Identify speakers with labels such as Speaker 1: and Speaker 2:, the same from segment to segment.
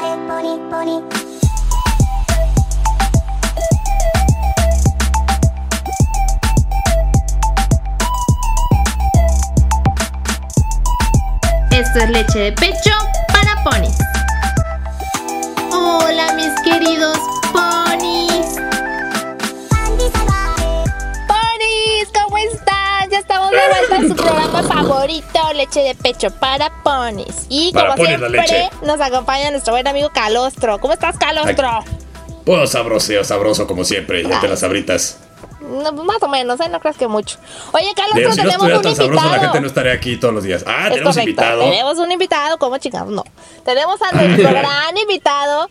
Speaker 1: pony, pony.
Speaker 2: Esto es leche de pecho para ponis. Hola mis queridos ponis.
Speaker 1: Andy se va.
Speaker 3: Ponis, ¿cómo están? Ya estamos de vuelta en su programa favorito, Leche de Pecho para Ponis. Y como
Speaker 4: Para ponis la
Speaker 3: siempre,
Speaker 4: leche.
Speaker 3: nos acompaña nuestro buen amigo Calostro. ¿Cómo estás, Calostro?
Speaker 4: Puedo sabroseo, sabroso como siempre, ya te las abritas.
Speaker 3: No, más o menos, ¿eh? No creas que mucho. Oye,
Speaker 4: Digo,
Speaker 3: Calostro,
Speaker 4: si no
Speaker 3: tenemos
Speaker 4: estuviera
Speaker 3: un
Speaker 4: tan sabroso, la gente no
Speaker 3: invitado.
Speaker 4: estaría aquí todos los días. Ah,
Speaker 3: Es
Speaker 4: tenemos
Speaker 3: correcto,
Speaker 4: invitado.
Speaker 3: tenemos un invitado, ¿cómo chingados? No. Tenemos a nuestro gran invitado,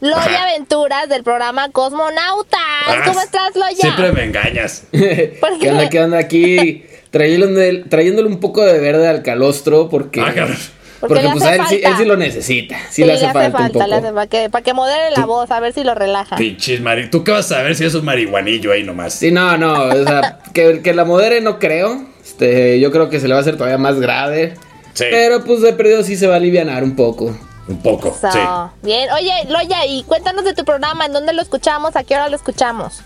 Speaker 3: Loya
Speaker 4: Ajá.
Speaker 3: Venturas, del programa Cosmonautas.
Speaker 4: Ah,
Speaker 3: ¿Cómo estás, Loya?
Speaker 4: Siempre me engañas.
Speaker 3: ¿Por
Speaker 5: ¿Qué onda?
Speaker 3: qué?
Speaker 5: ¿Qué onda aquí? Trayéndole, trayéndole un poco de verde al calostro porque.
Speaker 4: Ah, cabrón.
Speaker 3: Porque
Speaker 5: porque
Speaker 3: le
Speaker 5: pues
Speaker 3: hace
Speaker 5: a él, sí,
Speaker 3: falta.
Speaker 5: él sí lo necesita. Sí, le hace falta, un poco.
Speaker 3: le hace para que, para que modere la voz, a ver si lo relaja.
Speaker 4: Pinches mari. ¿Tú qué vas a ver si es un marihuanillo ahí nomás?
Speaker 5: Sí, no, no. O sea, que, que la modere no creo. Este, yo creo que se le va a hacer todavía más grave.
Speaker 4: Sí.
Speaker 5: Pero pues de perdido sí se va a alivianar un poco.
Speaker 4: Un poco,
Speaker 3: So,
Speaker 4: sí.
Speaker 3: Bien, oye, Loya, y cuéntanos de tu programa, ¿en dónde lo escuchamos? ¿A qué hora lo escuchamos?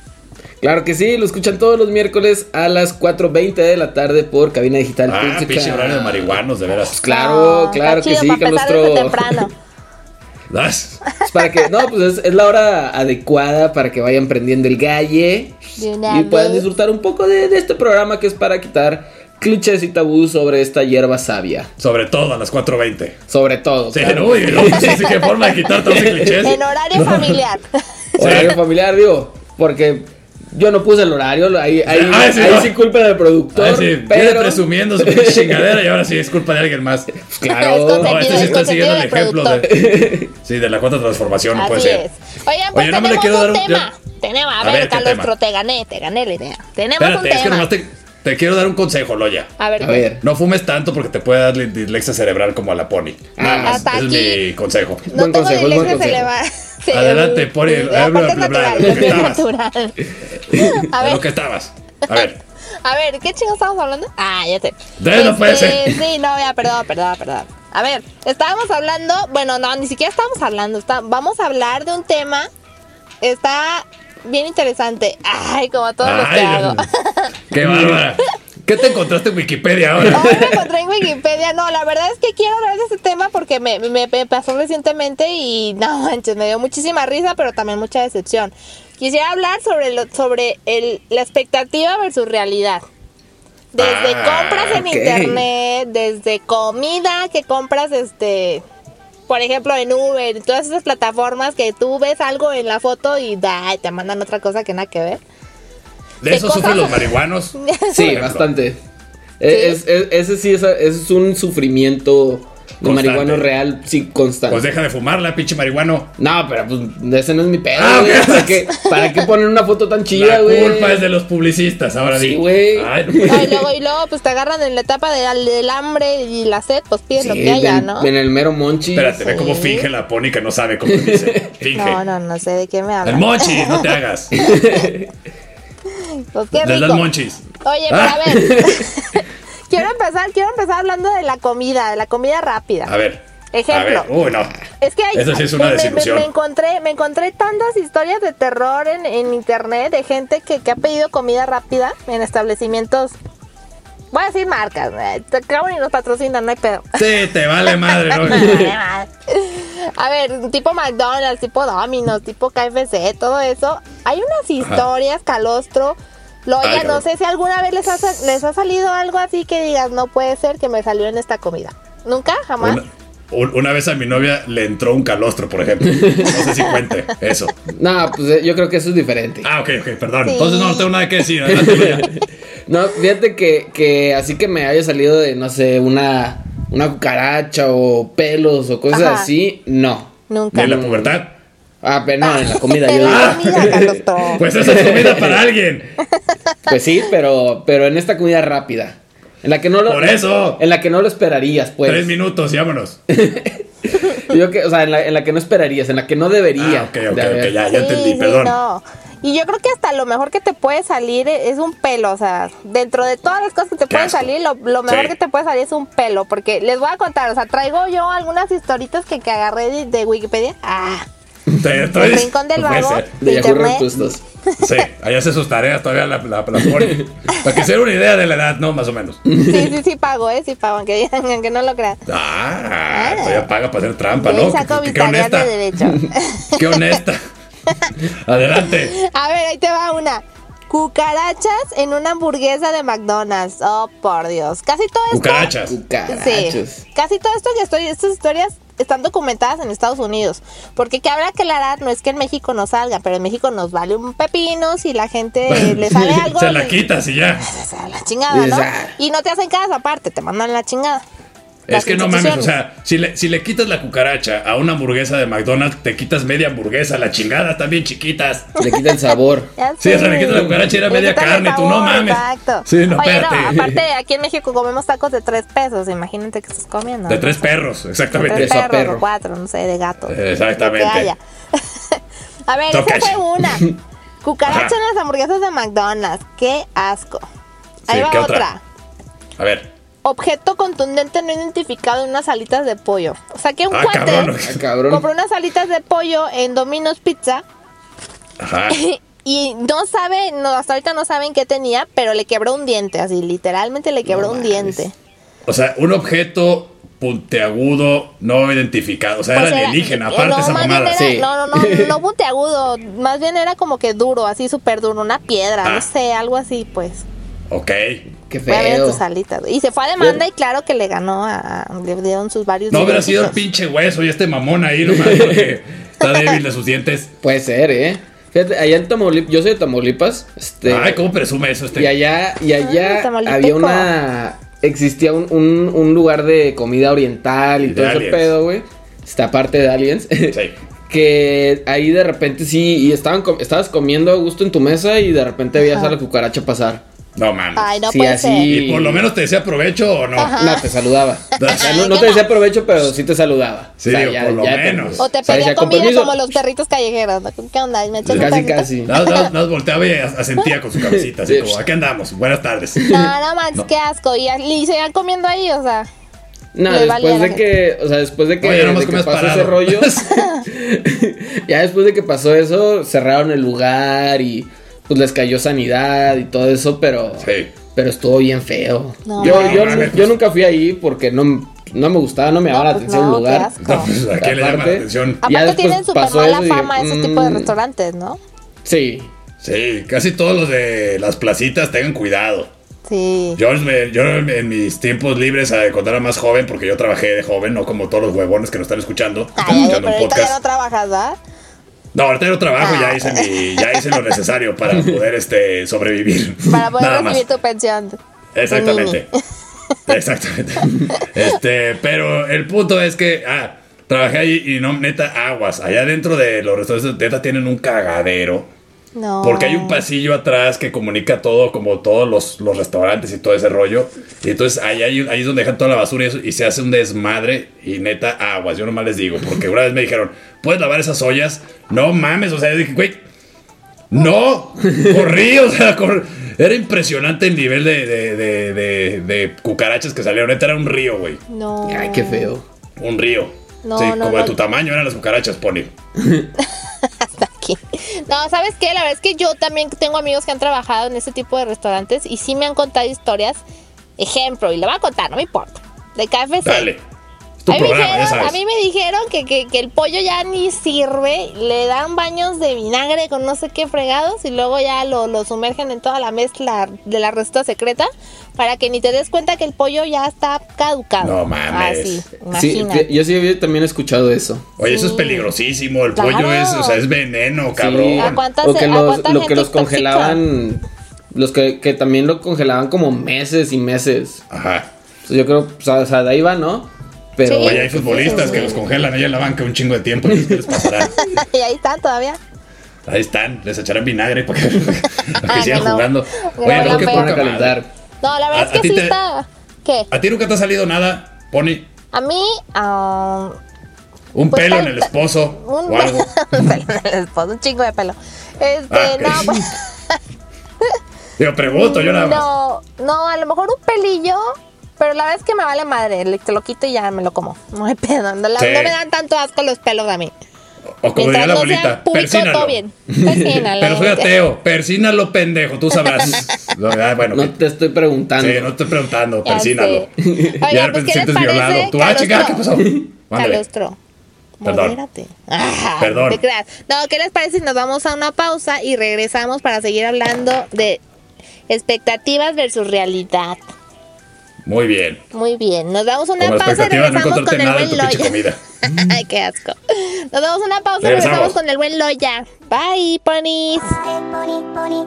Speaker 5: Claro que sí, lo escuchan todos los miércoles a las 4.20 de la tarde por Cabina Digital.
Speaker 4: Ah,
Speaker 5: Acústica.
Speaker 4: pinche horario de marihuanos, de veras.
Speaker 5: Claro,
Speaker 3: Ah,
Speaker 5: claro
Speaker 3: está
Speaker 5: que
Speaker 3: chido,
Speaker 5: sí,
Speaker 3: para empezar desde
Speaker 5: calostro.
Speaker 3: temprano.
Speaker 4: Das.
Speaker 5: Es para que, no, pues es, es la hora adecuada para que vayan prendiendo el galle
Speaker 3: De una
Speaker 5: y puedan
Speaker 3: vez.
Speaker 5: disfrutar un poco de, de este programa que es para quitar clichés y tabús sobre esta hierba sabia.
Speaker 4: Sobre todo a las 4.20.
Speaker 5: Sobre todo.
Speaker 4: Sí,
Speaker 5: claro.
Speaker 4: uy, uy, sí, sí, qué forma de quitar todos los clichés.
Speaker 3: en horario familiar.
Speaker 5: Horario familiar, digo, porque yo no puse el horario, lo- ahí, ahí,
Speaker 4: Ah, sí,
Speaker 5: ahí
Speaker 4: no.
Speaker 5: sí culpa del productor.
Speaker 4: Ah, sí, viene
Speaker 5: pero,
Speaker 4: presumiendo su pinche chingadera y ahora sí es culpa de alguien más.
Speaker 3: Es
Speaker 5: Claro.
Speaker 3: contenido,
Speaker 4: No, este sí
Speaker 3: es
Speaker 4: está
Speaker 3: contenido
Speaker 4: siguiendo el
Speaker 3: del
Speaker 4: ejemplo
Speaker 3: productor.
Speaker 4: de. Sí, de la cuarta transformación, no puede
Speaker 3: Así
Speaker 4: ser.
Speaker 3: es. Oigan, pues
Speaker 4: Oye, nada
Speaker 3: tenemos
Speaker 4: más le quiero
Speaker 3: un
Speaker 4: dar un-
Speaker 3: tema.
Speaker 4: yo-
Speaker 3: Tenemos, a,
Speaker 4: A
Speaker 3: ver,
Speaker 4: ver, ¿qué
Speaker 3: Calostro,
Speaker 4: tema?
Speaker 3: te gané, te gané la idea. Tenemos
Speaker 4: Espérate,
Speaker 3: un
Speaker 4: es que
Speaker 3: tema.
Speaker 4: nomás te, te quiero dar un consejo, Loya.
Speaker 3: A ver, pues.
Speaker 5: A ver.
Speaker 4: No fumes tanto porque te puede dar li- dislexia cerebral como a la pony. Nada
Speaker 5: Ah,
Speaker 4: más,
Speaker 3: hasta
Speaker 4: ese
Speaker 3: aquí.
Speaker 4: es mi consejo.
Speaker 3: no
Speaker 5: Buen
Speaker 3: tengo
Speaker 5: consejo,
Speaker 3: dislexia,
Speaker 5: buen
Speaker 3: se le
Speaker 5: consejo.
Speaker 3: va. se-
Speaker 4: Adelante, por el-
Speaker 3: Aparte es
Speaker 4: bla,
Speaker 3: natural,
Speaker 4: bla, bla, lo que
Speaker 3: es
Speaker 4: estabas.
Speaker 3: natural. A
Speaker 4: De
Speaker 3: ver.
Speaker 4: lo que estabas. A ver.
Speaker 3: A ver, ¿qué chingados estamos hablando? Ah, ya sé.
Speaker 4: De- no puede
Speaker 3: Este,
Speaker 4: ser.
Speaker 3: Sí, no, ya, perdón, perdón, perdón. A ver, estábamos hablando, bueno, no, ni siquiera estábamos hablando, está- vamos a hablar de un tema, está bien interesante. Ay, como todos los que
Speaker 4: Ay,
Speaker 3: hago.
Speaker 4: qué bárbara. ¿Qué te encontraste en Wikipedia ahora?
Speaker 3: Ahora me encontré en Wikipedia. No, la verdad es que quiero hablar de este tema porque me, me- me pasó recientemente y no manches, me dio muchísima risa, pero también mucha decepción. Quisiera hablar sobre, lo- sobre el- la expectativa versus realidad. Desde
Speaker 4: Ah,
Speaker 3: compras en
Speaker 5: ok.
Speaker 3: internet, desde comida que compras, este, por ejemplo, en Uber, en todas esas plataformas que tú ves algo en la foto y da, te mandan otra cosa que nada que ver.
Speaker 4: De eso
Speaker 3: cosas-
Speaker 4: sufren los marihuanos.
Speaker 5: Sí,
Speaker 4: ejemplo.
Speaker 5: bastante. E- Es, es- ese sí, es, ese es un sufrimiento de
Speaker 4: Constante.
Speaker 5: marihuano real, sí, constante.
Speaker 4: Pues deja de fumarla, pinche marihuano.
Speaker 5: No, pero pues ese no es mi pedo,
Speaker 4: Ah,
Speaker 5: güey.
Speaker 4: ok.
Speaker 5: ¿Para qué, ¿Para qué poner una foto tan
Speaker 4: La
Speaker 5: chida, güey?
Speaker 4: culpa es de los publicistas, ahora
Speaker 5: Sí,
Speaker 4: digo.
Speaker 5: güey.
Speaker 4: Ay, no puede
Speaker 3: No, y
Speaker 4: ser.
Speaker 3: luego, y luego, pues te agarran en la etapa de- del, hambre y la sed, pues pides
Speaker 5: Sí,
Speaker 3: lo que haya,
Speaker 5: del-
Speaker 3: ¿no?
Speaker 5: En el mero monchi.
Speaker 4: Espérate, ve
Speaker 3: Sí.
Speaker 4: cómo finge la pony que no sabe cómo dice. Finge.
Speaker 3: No, no, no sé de qué me
Speaker 4: El
Speaker 3: hablas.
Speaker 4: monchis, no te hagas.
Speaker 3: Pues qué
Speaker 4: Del
Speaker 3: rico.
Speaker 4: monchis.
Speaker 3: Oye, pero a
Speaker 4: Ah.
Speaker 3: ver. quiero empezar, quiero empezar hablando de la comida, de la comida rápida.
Speaker 4: A ver.
Speaker 3: Ejemplo.
Speaker 4: A ver. Uy, no.
Speaker 3: Es que hay,
Speaker 4: Eso sí es una
Speaker 3: me- me-
Speaker 4: desilusión.
Speaker 3: Me, encontré, me encontré tantas historias de terror en, en internet de gente que, que ha pedido comida rápida en establecimientos. Voy a decir marcas, eh, te cago y nos patrocinan, no hay pedo.
Speaker 4: Sí, te vale madre, ¿no?
Speaker 3: A ver, tipo McDonald's, tipo Domino's, tipo KFC, todo eso. Hay unas historias, calostro.
Speaker 4: Ay,
Speaker 3: Loya, no
Speaker 4: cabrón.
Speaker 3: sé si alguna vez les ha, sa- les ha salido algo así que digas, no puede ser que me salió en esta comida. ¿Nunca? ¿Jamás?
Speaker 4: Una, un- una vez a mi novia le entró un calostro, por ejemplo. No sé si cuente eso.
Speaker 5: No, pues eh, yo creo que eso es diferente.
Speaker 4: Ah, ok, ok, perdón.
Speaker 3: Sí.
Speaker 4: Entonces no tengo nada que decir. adelante, María.
Speaker 5: No, fíjate que, que así que me haya salido de, no sé, una, una cucaracha o pelos o cosas
Speaker 3: Ajá.
Speaker 5: así, no.
Speaker 3: Nunca.
Speaker 4: De la pubertad.
Speaker 5: Ah, pero no, en la comida
Speaker 3: En
Speaker 5: yo
Speaker 3: la
Speaker 5: digo.
Speaker 3: comida, calostro.
Speaker 4: Pues esa es comida para alguien.
Speaker 5: Pues sí, pero, pero en esta comida rápida. En la que no lo.
Speaker 4: Por eso.
Speaker 5: En la que no lo esperarías, pues.
Speaker 4: Tres minutos, y vámonos.
Speaker 5: Yo que, o sea, en la, en la que no esperarías, en la que no debería.
Speaker 4: Ah, ok, ok,
Speaker 5: de haber.
Speaker 4: ok, ya, ya
Speaker 3: Sí,
Speaker 4: entendí,
Speaker 3: sí,
Speaker 4: perdón.
Speaker 3: no. Y yo creo que hasta lo mejor que te puede salir es un pelo, o sea, dentro de todas las cosas que te
Speaker 4: Qué
Speaker 3: pueden
Speaker 4: asco.
Speaker 3: salir, lo, lo mejor
Speaker 4: Sí.
Speaker 3: que te puede salir es un pelo, porque les voy a contar, o sea, traigo yo algunas historitas que, que agarré de, de Wikipedia. Ah,
Speaker 4: Te- te-
Speaker 3: El rincón del
Speaker 4: no puede
Speaker 3: vago.
Speaker 4: ser.
Speaker 5: De Yahoo
Speaker 3: Internet.
Speaker 5: Respuestas.
Speaker 4: Sí, ahí hace sus tareas todavía la, la, la Pony. Para que se dé una idea de la edad, ¿no? Más o menos.
Speaker 3: sí, sí, sí pago, eh, sí pago, aunque digan aunque no lo crean.
Speaker 4: Ah, todavía paga para hacer trampa,
Speaker 3: Yo
Speaker 4: ¿no?
Speaker 3: saco
Speaker 4: Qué-
Speaker 3: mis
Speaker 4: qué
Speaker 3: tareas
Speaker 4: honesta.
Speaker 3: de derecho.
Speaker 4: Qué honesta. Adelante.
Speaker 3: A ver, ahí te va una. Cucarachas en una hamburguesa de McDonald's. Oh, por Dios. Casi todo esto.
Speaker 4: Cucarachas.
Speaker 5: Cucarachos.
Speaker 3: Sí. Casi todo esto que estoy, estas historias están documentadas en Estados Unidos. Porque que habrá que aclarar, no es que en México no salga, pero en México nos vale un pepino si la gente eh, le sale algo.
Speaker 4: Se la
Speaker 3: y-
Speaker 4: quitas y ya.
Speaker 3: o sea, la chingada, ¿no?
Speaker 5: Dices, ah.
Speaker 3: Y no te hacen caso aparte, te mandan la chingada.
Speaker 4: Es
Speaker 3: Las
Speaker 4: que no mames, o
Speaker 3: instituciones.
Speaker 4: sea, si le, si le quitas la cucaracha a una hamburguesa de McDonald's, te quitas media hamburguesa, la chingada también chiquitas.
Speaker 5: Le quita el sabor.
Speaker 3: Ya
Speaker 4: Sí, o
Speaker 3: sé.
Speaker 4: sea, le quitas la cucaracha y era
Speaker 3: Le
Speaker 4: media
Speaker 3: quitas el
Speaker 4: carne, tú no
Speaker 3: sabor,
Speaker 4: mames.
Speaker 3: Exacto.
Speaker 4: Sí, no,
Speaker 3: Oye, no,
Speaker 4: espérate.
Speaker 3: aparte, aquí en México comemos tacos de tres pesos, imagínate que estás comiendo.
Speaker 4: De
Speaker 3: ¿no?
Speaker 4: tres perros, exactamente.
Speaker 3: Tres
Speaker 5: Beso a
Speaker 3: perros,
Speaker 5: perro.
Speaker 3: o cuatro, no sé, de gato.
Speaker 4: Exactamente.
Speaker 3: Lo que haya. a ver,
Speaker 4: Tocayo.
Speaker 3: esa fue una.
Speaker 4: Ajá.
Speaker 3: Cucaracha en las hamburguesas de McDonald's. Qué asco. Ahí
Speaker 4: Sí,
Speaker 3: va
Speaker 4: ¿qué
Speaker 3: otra?
Speaker 4: otra? A ver.
Speaker 3: Objeto contundente no identificado en unas alitas de pollo. O sea, que un
Speaker 4: Ah,
Speaker 3: cuate
Speaker 4: cabrón.
Speaker 5: Ah, cabrón.
Speaker 3: compró unas alitas de pollo en Domino's Pizza
Speaker 4: Ajá.
Speaker 3: y no sabe, no, hasta ahorita no saben qué tenía, pero le quebró un diente, así, literalmente le quebró un
Speaker 5: mames.
Speaker 3: diente.
Speaker 4: O sea, un objeto punteagudo no identificado. O sea,
Speaker 3: Pues
Speaker 4: era
Speaker 3: era-
Speaker 4: alienígena,
Speaker 3: eh,
Speaker 4: aparte
Speaker 3: no,
Speaker 4: esa
Speaker 3: más bien
Speaker 4: mamada.
Speaker 3: era-
Speaker 5: sí.
Speaker 3: No, no, no, no puntiagudo, más bien era como que duro, así súper duro, una piedra,
Speaker 4: Ah.
Speaker 3: no sé, algo así, pues.
Speaker 4: Ok.
Speaker 5: Qué
Speaker 3: Voy a ver
Speaker 5: feo.
Speaker 3: tus alitas. Y se fue a demanda y claro que le ganó a, a- le dieron sus varios
Speaker 4: No hubiera sido el
Speaker 3: dientitos.
Speaker 4: pinche hueso y este mamón ahí nomás porque está débil de sus dientes.
Speaker 5: Puede ser, ¿eh? Fíjate, allá en Tamaulipas, yo soy de Tamaulipas. Este,
Speaker 4: Ay, ¿cómo presume eso este?
Speaker 5: Y allá, y
Speaker 3: Ah,
Speaker 5: allá
Speaker 3: tamaulipeco.
Speaker 5: había una. Existía un, un- un lugar de comida oriental y
Speaker 4: De
Speaker 5: todo ese
Speaker 4: aliens.
Speaker 5: pedo, güey. Esta parte de aliens.
Speaker 4: Sí.
Speaker 5: que ahí de repente sí. Y estaban com- estabas comiendo a gusto en tu mesa y de repente veías a la cucaracha pasar.
Speaker 4: No mames.
Speaker 3: Ay, no
Speaker 5: Sí,
Speaker 3: puede
Speaker 5: así.
Speaker 3: ser.
Speaker 4: Y por lo menos te decía provecho o no.
Speaker 3: Ajá.
Speaker 5: No, te saludaba. O sea, no, no
Speaker 3: Ay,
Speaker 5: te
Speaker 3: qué
Speaker 5: decía provecho, pero sí te saludaba.
Speaker 4: Sí, digo, por lo menos.
Speaker 3: O te
Speaker 5: o sea,
Speaker 3: pedía
Speaker 5: decía, "Con
Speaker 3: comida
Speaker 5: permiso".
Speaker 3: como los perritos callejeros. ¿no? ¿Qué onda? ¿Me echas un
Speaker 5: pues Casi,
Speaker 3: perrito?
Speaker 5: casi.
Speaker 4: Nada, nada, nada, volteaba y as- asentía con su cabecita, así
Speaker 5: Sí.
Speaker 4: como, aquí andamos, buenas tardes.
Speaker 3: Nada más, qué asco. Y, y se iban comiendo ahí, o sea.
Speaker 5: No,
Speaker 3: Les valía
Speaker 5: después de
Speaker 3: la
Speaker 5: que, o sea, después de que,
Speaker 4: Oye, nomás
Speaker 5: de que
Speaker 4: comías
Speaker 5: pasó
Speaker 4: parado.
Speaker 5: ese rollo, ya después de que pasó eso, cerraron el lugar y pues les cayó sanidad y todo eso, pero,
Speaker 4: Sí.
Speaker 5: pero estuvo bien feo.
Speaker 3: No
Speaker 5: yo,
Speaker 3: mames.
Speaker 5: yo, yo nunca fui ahí porque no, no me gustaba, no me llamaba la
Speaker 3: pues
Speaker 5: atención
Speaker 3: no,
Speaker 5: el
Speaker 3: qué
Speaker 5: lugar.
Speaker 3: asco.
Speaker 4: No, pues, ¿a qué le llama la
Speaker 5: Aparte-
Speaker 4: atención?
Speaker 5: Ya
Speaker 3: Aparte
Speaker 5: después
Speaker 3: tienen súper
Speaker 5: pasó
Speaker 3: mala
Speaker 5: eso y dije,
Speaker 3: fama ese tipo de
Speaker 5: "Mm".
Speaker 3: restaurantes, ¿no?
Speaker 5: Sí,
Speaker 4: Sí, casi todos los de las placitas tengan cuidado.
Speaker 3: Sí.
Speaker 4: Yo, me- yo en mis tiempos libres, eh, cuando era más joven, porque yo trabajé de joven, no como todos los huevones que nos están escuchando, que están
Speaker 3: Ay, ay,
Speaker 4: escuchando
Speaker 3: pero
Speaker 4: un
Speaker 3: ahorita ya no Ah.
Speaker 4: podcast.
Speaker 3: trabajas, ¿verdad?
Speaker 4: No, ahorita yo trabajo, ya hice, mi- ya hice lo necesario para poder este, sobrevivir.
Speaker 3: Para poder
Speaker 4: Nada más.
Speaker 3: recibir tu pensión.
Speaker 4: Exactamente. Exactamente. Este, pero el punto es que, ah, trabajé ahí y no, neta, aguas. Allá dentro de los restaurantes, neta, tienen un cagadero.
Speaker 3: Mm. No.
Speaker 4: Porque hay un pasillo atrás que comunica todo, como todos los, los restaurantes y todo ese rollo. Y entonces ahí, hay un- ahí es donde dejan toda la basura y, eso, y se hace un desmadre. Y neta, aguas. Yo nomás les digo, porque una vez me dijeron, ¿puedes lavar esas ollas? No mames, o sea, yo dije, güey, no, corrí, o sea, cor- era impresionante el nivel de, de, de- de- de cucarachas que salieron. Neta, era un río, güey,
Speaker 3: No.
Speaker 5: ay, qué feo.
Speaker 4: un río.
Speaker 3: No,
Speaker 4: sí,
Speaker 3: no,
Speaker 4: como de
Speaker 3: no.
Speaker 4: tu tamaño eran las cucarachas, Pony.
Speaker 3: Hasta aquí. No, ¿sabes qué? La verdad es que yo también tengo amigos que han trabajado en este tipo de restaurantes y sí me han contado historias. Ejemplo, y le voy a contar, no me importa. De KFC.
Speaker 4: Dale. Es tu
Speaker 3: a, mí me
Speaker 4: programa, ya
Speaker 3: dijeron,
Speaker 4: sabes.
Speaker 3: a mí me dijeron que, que- que el pollo ya ni sirve, le dan baños de vinagre con no sé qué fregados y luego ya lo, lo sumergen en toda la mezcla de la receta secreta para que ni te des cuenta que el pollo ya está caducado.
Speaker 4: No mames.
Speaker 3: Así,
Speaker 5: Sí,
Speaker 3: imagínate.
Speaker 5: yo sí había también escuchado eso.
Speaker 4: Oye, eso es
Speaker 3: Sí.
Speaker 4: peligrosísimo. El
Speaker 3: Claro. Ah, pues.
Speaker 4: pollo es, o sea, es veneno,
Speaker 5: Sí.
Speaker 4: cabrón.
Speaker 3: ¿A cuántas-
Speaker 5: O que
Speaker 3: a
Speaker 5: los,
Speaker 3: cuánta
Speaker 5: lo
Speaker 3: gente
Speaker 5: que los
Speaker 3: intoxica?
Speaker 5: congelaban, los que, que también lo congelaban como meses y meses.
Speaker 4: Ajá.
Speaker 5: Entonces, yo creo, o sea, o sea, de ahí va, ¿no? Pero
Speaker 3: Sí. pues,
Speaker 4: Oye, hay futbolistas
Speaker 3: Sí.
Speaker 4: que los congelan ahí en la banca un chingo de tiempo. ¿Qué les pasará?
Speaker 3: y ahí están todavía.
Speaker 4: Ahí están, les echarán vinagre para que, para que
Speaker 3: Ah,
Speaker 4: sigan
Speaker 3: no.
Speaker 4: jugando.
Speaker 3: No,
Speaker 4: Oye,
Speaker 3: no,
Speaker 4: no, qué
Speaker 3: no.
Speaker 5: se van
Speaker 4: poca
Speaker 5: a calentar.
Speaker 4: madre.
Speaker 3: No, la
Speaker 4: ¿A-
Speaker 3: verdad es
Speaker 4: a
Speaker 3: que
Speaker 4: ti
Speaker 3: sí
Speaker 4: te-
Speaker 3: está. ¿Qué?
Speaker 4: ¿A ti nunca te ha salido nada, Pony?
Speaker 3: A mí, ah,
Speaker 4: Un
Speaker 3: Pues
Speaker 4: pelo en
Speaker 3: tal-
Speaker 4: el esposo
Speaker 3: Pues un,
Speaker 4: o algo.
Speaker 3: un pelo en el esposo, un chingo de pelo. Este,
Speaker 4: Ah, ok.
Speaker 3: no, pues,
Speaker 4: Digo, pregunto yo nada más.
Speaker 3: no, no, a lo mejor un pelillo, pero la verdad es que me vale madre, le- te lo quito y ya me lo como. No hay pedo, no, la-
Speaker 4: Sí.
Speaker 3: no me dan tanto asco los pelos a mí.
Speaker 4: O como
Speaker 3: Mientras
Speaker 4: diría la
Speaker 3: no sea
Speaker 4: abuelita,
Speaker 3: público,
Speaker 4: persínalo.
Speaker 3: todo bien. Persínalo.
Speaker 4: Pero soy ateo, persínalo, pendejo, tú sabrás. No, ah, bueno,
Speaker 5: No te estoy preguntando.
Speaker 4: sí, no estoy preguntando,
Speaker 3: Ya
Speaker 4: persínalo.
Speaker 3: sé. Oigan,
Speaker 4: ya
Speaker 3: pues,
Speaker 4: de repente
Speaker 3: ¿qué
Speaker 4: te sientes
Speaker 3: les parece,
Speaker 4: violado. Tú, ah, chica, ¿qué pasó?
Speaker 3: Calostro?
Speaker 4: Mándale.
Speaker 3: Calostro.
Speaker 4: Perdón.
Speaker 3: Modérate. Ah,
Speaker 4: Perdón.
Speaker 3: no te creas. No, ¿qué les parece si nos vamos a una pausa y regresamos para seguir hablando de expectativas versus realidad?
Speaker 4: Muy bien.
Speaker 3: Muy bien, nos damos una
Speaker 4: Como
Speaker 3: pausa y
Speaker 4: expectativa de no
Speaker 3: regresamos con
Speaker 4: encontrarte
Speaker 3: el
Speaker 4: nada en
Speaker 3: buen
Speaker 4: tu pinche
Speaker 3: Loya.
Speaker 4: comida.
Speaker 3: Ay, qué asco. Nos damos una pausa y
Speaker 4: Regresamos.
Speaker 3: regresamos con el buen Loya. Bye, ponis.
Speaker 1: pony, pony.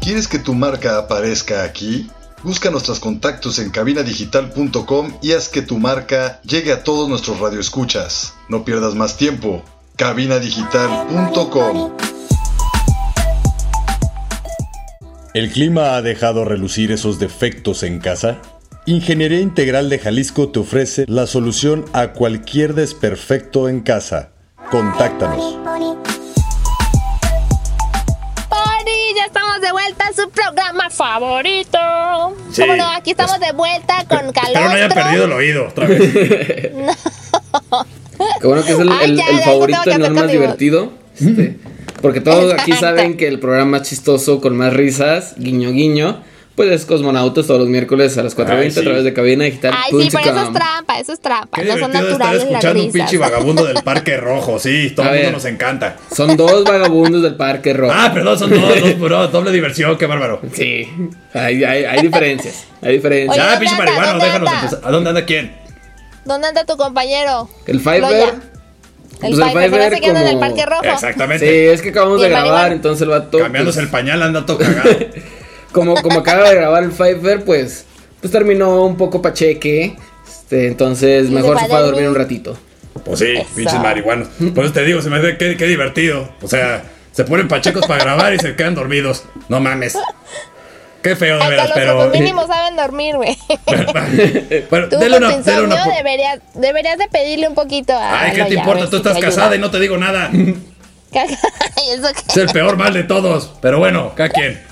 Speaker 6: ¿Quieres que tu marca aparezca aquí? Busca nuestros contactos en cabinadigital.com y haz que tu marca llegue a todos nuestros radioescuchas. No pierdas más tiempo. cabinadigital.com
Speaker 7: ¿El clima ha dejado relucir esos defectos en casa? Ingeniería Integral de Jalisco te ofrece la solución a cualquier desperfecto en casa. Contáctanos.
Speaker 3: Pony, ya estamos de vuelta a su programa favorito.
Speaker 4: Sí.
Speaker 3: ¿Cómo no? Aquí estamos de vuelta con
Speaker 4: Espero no haya perdido
Speaker 3: Calostro.
Speaker 4: el oído otra vez.
Speaker 5: Qué bueno que es el,
Speaker 3: Ay,
Speaker 5: el-
Speaker 3: ya,
Speaker 5: el
Speaker 3: ya,
Speaker 5: favorito
Speaker 3: yo tengo que
Speaker 5: y no el
Speaker 3: hacer mi
Speaker 5: más
Speaker 3: voz.
Speaker 5: divertido. este, porque todos aquí
Speaker 3: Exacto.
Speaker 5: saben que el programa más chistoso con más risas, guiño guiño, pues es Cosmonautas todos los miércoles a las 4.20
Speaker 4: Ay, sí.
Speaker 5: a través de cabina digital.
Speaker 3: Ay, sí, pero
Speaker 5: punto
Speaker 3: eso es
Speaker 5: com.
Speaker 3: trampa, eso es trampa.
Speaker 4: Qué
Speaker 3: No son
Speaker 4: divertido estar
Speaker 3: naturales las
Speaker 4: escuchando un pinche
Speaker 3: risas.
Speaker 4: vagabundo del Parque Rojo. Sí, todo
Speaker 5: A
Speaker 4: el mundo
Speaker 5: ver.
Speaker 4: nos encanta.
Speaker 5: Son dos vagabundos del parque rojo.
Speaker 4: Ah, perdón, son dos, dos, bro, doble diversión, qué bárbaro.
Speaker 5: Sí, hay, hay, hay diferencias. Hay diferencias.
Speaker 3: Oye,
Speaker 4: Ya,
Speaker 3: ¿dónde
Speaker 4: pinche
Speaker 3: anda?
Speaker 4: marihuano,
Speaker 3: ¿Dónde
Speaker 4: déjanos
Speaker 3: anda?
Speaker 4: empezar. ¿A dónde anda quién?
Speaker 3: ¿Dónde anda tu compañero?
Speaker 5: El Fiverr.
Speaker 3: Loya.
Speaker 5: Pues
Speaker 3: El
Speaker 5: el
Speaker 3: Fiverr, se me
Speaker 5: Fiverr
Speaker 3: hace que anda en el
Speaker 5: como-
Speaker 3: Parque Rojo.
Speaker 5: Ah, Sí,
Speaker 4: Exactamente.
Speaker 5: es que acabamos
Speaker 3: Y
Speaker 5: de
Speaker 3: el
Speaker 5: grabar,
Speaker 3: marihuana.
Speaker 5: entonces el vato.
Speaker 4: Cambiándose
Speaker 5: pues,
Speaker 4: el pañal, anda todo cagado.
Speaker 5: como, como acaba de grabar el Fiverr, pues, pues terminó un poco pacheque. Este, entonces,
Speaker 3: Y
Speaker 5: mejor
Speaker 3: se
Speaker 5: se
Speaker 3: fue
Speaker 5: fue a
Speaker 3: a
Speaker 5: dormir
Speaker 3: dormir.
Speaker 5: un ratito.
Speaker 4: Pues sí,
Speaker 3: Eso.
Speaker 4: pinches marihuanos. Por eso te digo, se me hace qué, qué divertido. O sea, se ponen pachecos para grabar y se quedan dormidos. No mames. Qué feo de
Speaker 3: Ay,
Speaker 4: veras,
Speaker 3: Carlos,
Speaker 4: pero.
Speaker 3: los pues mínimo saben dormir, güey.
Speaker 4: bueno,
Speaker 3: Tú
Speaker 4: dele
Speaker 3: con tu
Speaker 4: una, dele
Speaker 3: insomnio
Speaker 4: una. por-
Speaker 3: deberías, deberías de pedirle un poquito a
Speaker 4: Ay, ¿qué
Speaker 3: Loya,
Speaker 4: te
Speaker 3: a
Speaker 4: importa?
Speaker 3: ver
Speaker 4: Tú
Speaker 3: si te
Speaker 4: estás
Speaker 3: ayuda.
Speaker 4: casada y no te digo nada. Es
Speaker 3: Ay, eso que-
Speaker 4: el peor mal de todos. Pero bueno, cada quien.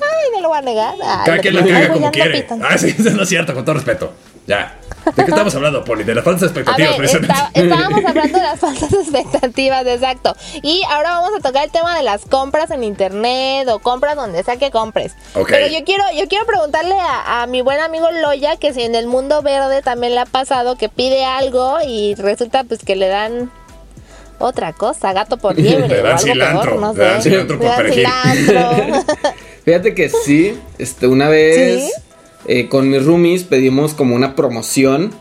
Speaker 3: Ay, no lo voy a negar. Ay,
Speaker 4: Cada
Speaker 3: lo
Speaker 4: quien
Speaker 3: que-
Speaker 4: la
Speaker 3: Ay,
Speaker 4: caga
Speaker 3: güey,
Speaker 4: como
Speaker 3: ando
Speaker 4: quiere.
Speaker 3: pitando.
Speaker 4: Ah, sí, eso no es cierto, con todo respeto. Ya. ¿De qué estamos hablando, Poli? De las falsas
Speaker 3: A
Speaker 4: expectativas,
Speaker 3: ver,
Speaker 4: precisamente.
Speaker 3: esta- estábamos hablando de las falsas expectativas, exacto. Y ahora vamos a tocar el tema de las compras en internet o compras donde sea que compres.
Speaker 4: Ok.
Speaker 3: Pero yo quiero, yo quiero preguntarle a, a mi buen amigo Loya que si en el mundo verde también le ha pasado que pide algo y resulta pues que le dan otra cosa, gato por liebre.
Speaker 4: Le
Speaker 3: o
Speaker 4: dan
Speaker 3: algo
Speaker 4: cilantro,
Speaker 3: peor, no
Speaker 4: le dan
Speaker 3: sé.
Speaker 4: cilantro por
Speaker 3: Le dan
Speaker 4: perejil.
Speaker 3: cilantro.
Speaker 5: Fíjate que sí, este, una vez
Speaker 3: ¿Sí?
Speaker 5: eh, con mis roomies pedimos como una promoción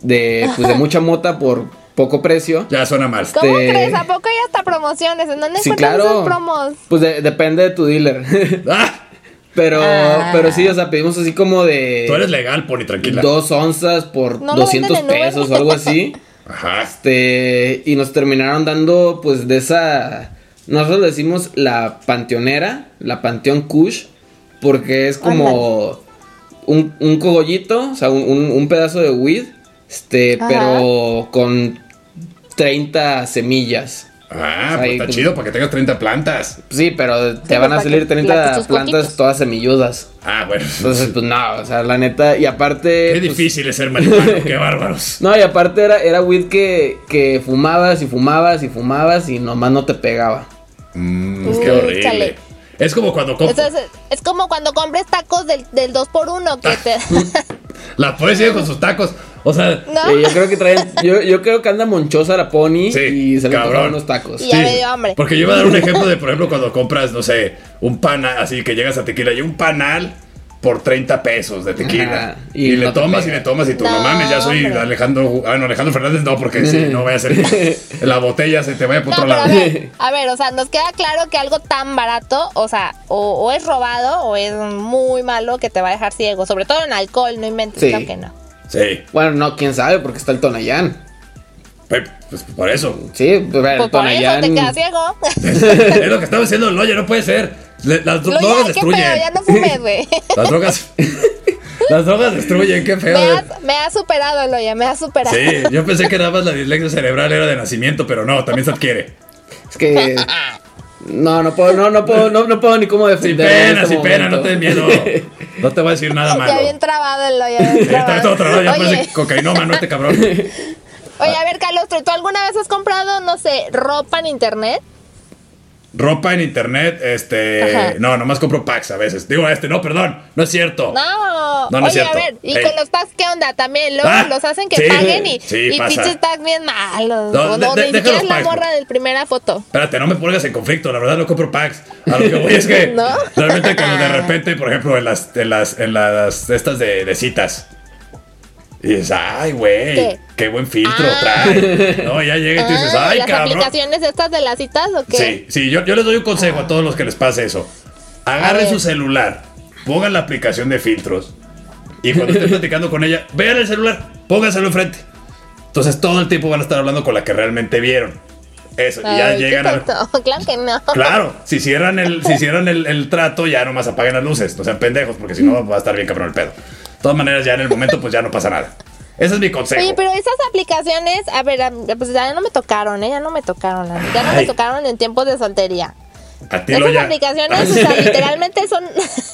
Speaker 5: de, pues, de mucha mota por poco precio.
Speaker 4: Ya suena mal.
Speaker 3: ¿Cómo
Speaker 5: Este-
Speaker 3: crees? ¿A poco hay hasta promociones? ¿En dónde
Speaker 5: Sí,
Speaker 3: encuentras
Speaker 5: claro.
Speaker 3: esas promos?
Speaker 5: Pues de- depende de tu dealer.
Speaker 4: Ah,
Speaker 5: pero,
Speaker 3: Ah.
Speaker 5: pero sí, o sea, pedimos así como de
Speaker 4: tú eres legal, Poli, tranquila.
Speaker 5: dos onzas por
Speaker 3: No lo
Speaker 5: 200
Speaker 3: venden en Uber.
Speaker 5: pesos o algo así.
Speaker 4: Ajá.
Speaker 5: Este, y nos terminaron dando, pues, de esa. Nosotros le decimos la panteonera, la panteón Kush, porque es como un, un cogollito, o sea, un, un- un pedazo de weed, este,
Speaker 3: Ajá.
Speaker 5: pero con 30 semillas.
Speaker 4: Ah,
Speaker 5: Ahí
Speaker 4: pues está
Speaker 5: como-
Speaker 4: chido para que tengas 30 plantas.
Speaker 5: Sí, pero te
Speaker 3: Sí,
Speaker 5: van a
Speaker 3: para que
Speaker 5: salir
Speaker 3: plantes
Speaker 5: 30
Speaker 3: tus
Speaker 5: plantas
Speaker 3: coquitos.
Speaker 5: todas semilludas.
Speaker 4: Ah, bueno.
Speaker 5: Entonces, pues, no, o sea, la neta, y aparte.
Speaker 4: Qué
Speaker 5: pues,
Speaker 4: difícil es ser marihuano, qué bárbaros.
Speaker 5: No, y aparte era, era weed que, que fumabas y fumabas y fumabas y nomás no te pegaba.
Speaker 4: Mm, qué
Speaker 3: Uy,
Speaker 4: horrible.
Speaker 3: chale.
Speaker 4: Es como cuando comp-
Speaker 3: Eso es, es como cuando compres tacos del, del 2x1 que te...
Speaker 4: la policía con sus tacos. O sea,
Speaker 3: ¿No?
Speaker 5: Eh, yo creo que traen, yo, yo creo que anda monchosa la pony
Speaker 4: Sí,
Speaker 5: y se le
Speaker 4: cabrón.
Speaker 5: antojaron unos tacos.
Speaker 3: Y ya me dio hambre.
Speaker 4: Porque yo iba a dar un ejemplo de, por ejemplo, cuando compras, no sé, un panal, así que llegas a tequila y un panal por 30 pesos de tequila.
Speaker 5: Ajá, y
Speaker 4: y
Speaker 5: no
Speaker 4: le
Speaker 5: te
Speaker 4: tomas y
Speaker 5: pega.
Speaker 4: le tomas y tú, no,
Speaker 3: No,
Speaker 4: mames, ya soy
Speaker 3: hombre.
Speaker 4: Alejandro. Ah, no, Alejandro Fernández no, porque sí, no vaya a ser que la botella se te vaya por
Speaker 3: No,
Speaker 4: otro
Speaker 3: pero a
Speaker 4: lado.
Speaker 3: ver, a ver, o sea, nos queda claro que algo tan barato, o sea, o, o es robado o es muy malo que te va a dejar ciego, sobre todo en alcohol, no inventes,
Speaker 5: Sí.
Speaker 3: claro que no.
Speaker 4: Sí,
Speaker 5: Bueno, no, quién sabe, porque está el Tonayán.
Speaker 4: pe- pues por eso.
Speaker 5: Sí, pues, el
Speaker 3: Pues por eso te quedas
Speaker 5: Tonayán.
Speaker 3: ciego.
Speaker 4: es lo que estaba diciendo Loya, no puede ser. Le- las dro-
Speaker 3: Lo
Speaker 4: drogas
Speaker 3: ya, ¿qué pedo?
Speaker 4: destruyen.
Speaker 3: Ya no fumes, güey.
Speaker 4: Las drogas. Las drogas destruyen, qué feo.
Speaker 3: Me ha, me ha superado, Loya, me ha superado.
Speaker 4: Sí, yo pensé que nada más la dislexia cerebral era de nacimiento, pero no, también se adquiere.
Speaker 5: Es que. No, no puedo, no, no puedo, no, no puedo ni cómo este
Speaker 4: Sin
Speaker 5: defender.
Speaker 4: pena, sin pena, no te des miedo. No te voy a decir nada malo.
Speaker 3: Ya bien trabado el Loya. bien
Speaker 4: Ya está todo
Speaker 3: trabado.
Speaker 4: trabado, ya
Speaker 3: Oye,
Speaker 4: parece cocainómano este cabrón.
Speaker 3: oye, a ver, Calostro, ¿tú alguna vez has comprado, no sé, ropa en internet?
Speaker 4: Ropa en internet, este.
Speaker 3: Ajá.
Speaker 4: No, nomás compro packs a veces. Digo, este, no, perdón, no es cierto.
Speaker 3: No.
Speaker 4: No, no es
Speaker 3: Oye, a
Speaker 4: cierto.
Speaker 3: ver, ¿y
Speaker 4: Ey.
Speaker 3: con los packs qué onda? También luego
Speaker 4: Ah,
Speaker 3: los hacen que
Speaker 4: sí,
Speaker 3: paguen y,
Speaker 4: sí,
Speaker 3: y
Speaker 4: pasa.
Speaker 3: pinches packs bien malos.
Speaker 4: No,
Speaker 3: o
Speaker 4: de-
Speaker 3: no,
Speaker 4: de-
Speaker 3: ni
Speaker 4: deja
Speaker 3: siquiera
Speaker 4: los
Speaker 3: es la
Speaker 4: packs.
Speaker 3: morra del primera foto.
Speaker 4: Espérate, no me pongas en conflicto, la verdad no compro packs. A lo que voy es que
Speaker 3: ¿No? Ah.
Speaker 4: realmente cuando de repente, por ejemplo, en las, en las, en las estas de, de citas. Y dices, ay, güey,
Speaker 3: ¿Qué?
Speaker 4: ¿Qué? buen filtro
Speaker 3: Ah.
Speaker 4: trae. No, ya llega y tú dices,
Speaker 3: Ah,
Speaker 4: ay,
Speaker 3: ¿Las
Speaker 4: cabrón.
Speaker 3: aplicaciones estas de las citas o qué? Ah.
Speaker 4: Sí, sí, yo, yo les doy un consejo a todos los que les pase eso.
Speaker 3: A
Speaker 4: Agarren
Speaker 3: ver.
Speaker 4: su celular, pongan la aplicación de filtros y cuando estén platicando con ella, vean el celular, pónganselo enfrente. Entonces todo el tiempo van a estar hablando con la que realmente vieron. Eso, y ya
Speaker 3: Ay, qué
Speaker 4: llegan a...
Speaker 3: tonto. Claro que no.
Speaker 4: Claro, si cierran el, si cierran el, el trato, ya nomás apaguen las luces. No sean pendejos, porque si no va a estar bien cabrón el pedo. De todas maneras, ya en el momento, pues ya no pasa nada. Ese es mi consejo.
Speaker 3: Oye, pero esas aplicaciones, a ver, a- pues ya no me tocaron, ¿eh? Ya no me tocaron, la- ya no me
Speaker 4: Ay.
Speaker 3: tocaron en tiempos de soltería.
Speaker 4: a ti Ah,
Speaker 3: Esas
Speaker 4: lo ya.
Speaker 3: aplicaciones, o sea, literalmente son...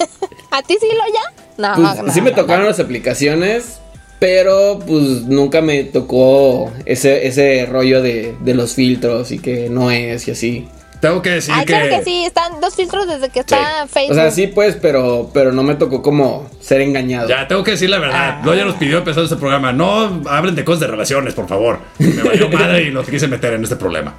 Speaker 3: ¿A ti sí lo ya? No,
Speaker 5: Pues,
Speaker 3: no,
Speaker 5: sí me
Speaker 3: no.
Speaker 5: tocaron las aplicaciones, pero pues nunca me tocó ese, ese rollo de, de los filtros y que no es y así.
Speaker 4: Tengo que decir
Speaker 3: Ay,
Speaker 4: que.
Speaker 3: Ah, claro que sí, están dos filtros desde que está Facebook.
Speaker 5: O sea, sí pues, pero, pero no me tocó como ser engañado.
Speaker 4: Ya, tengo que decir la
Speaker 3: Ah.
Speaker 4: verdad. Loya nos pidió empezar este programa. No hablen de cosas de relaciones, por favor. Me valió madre y los quise meter en este problema.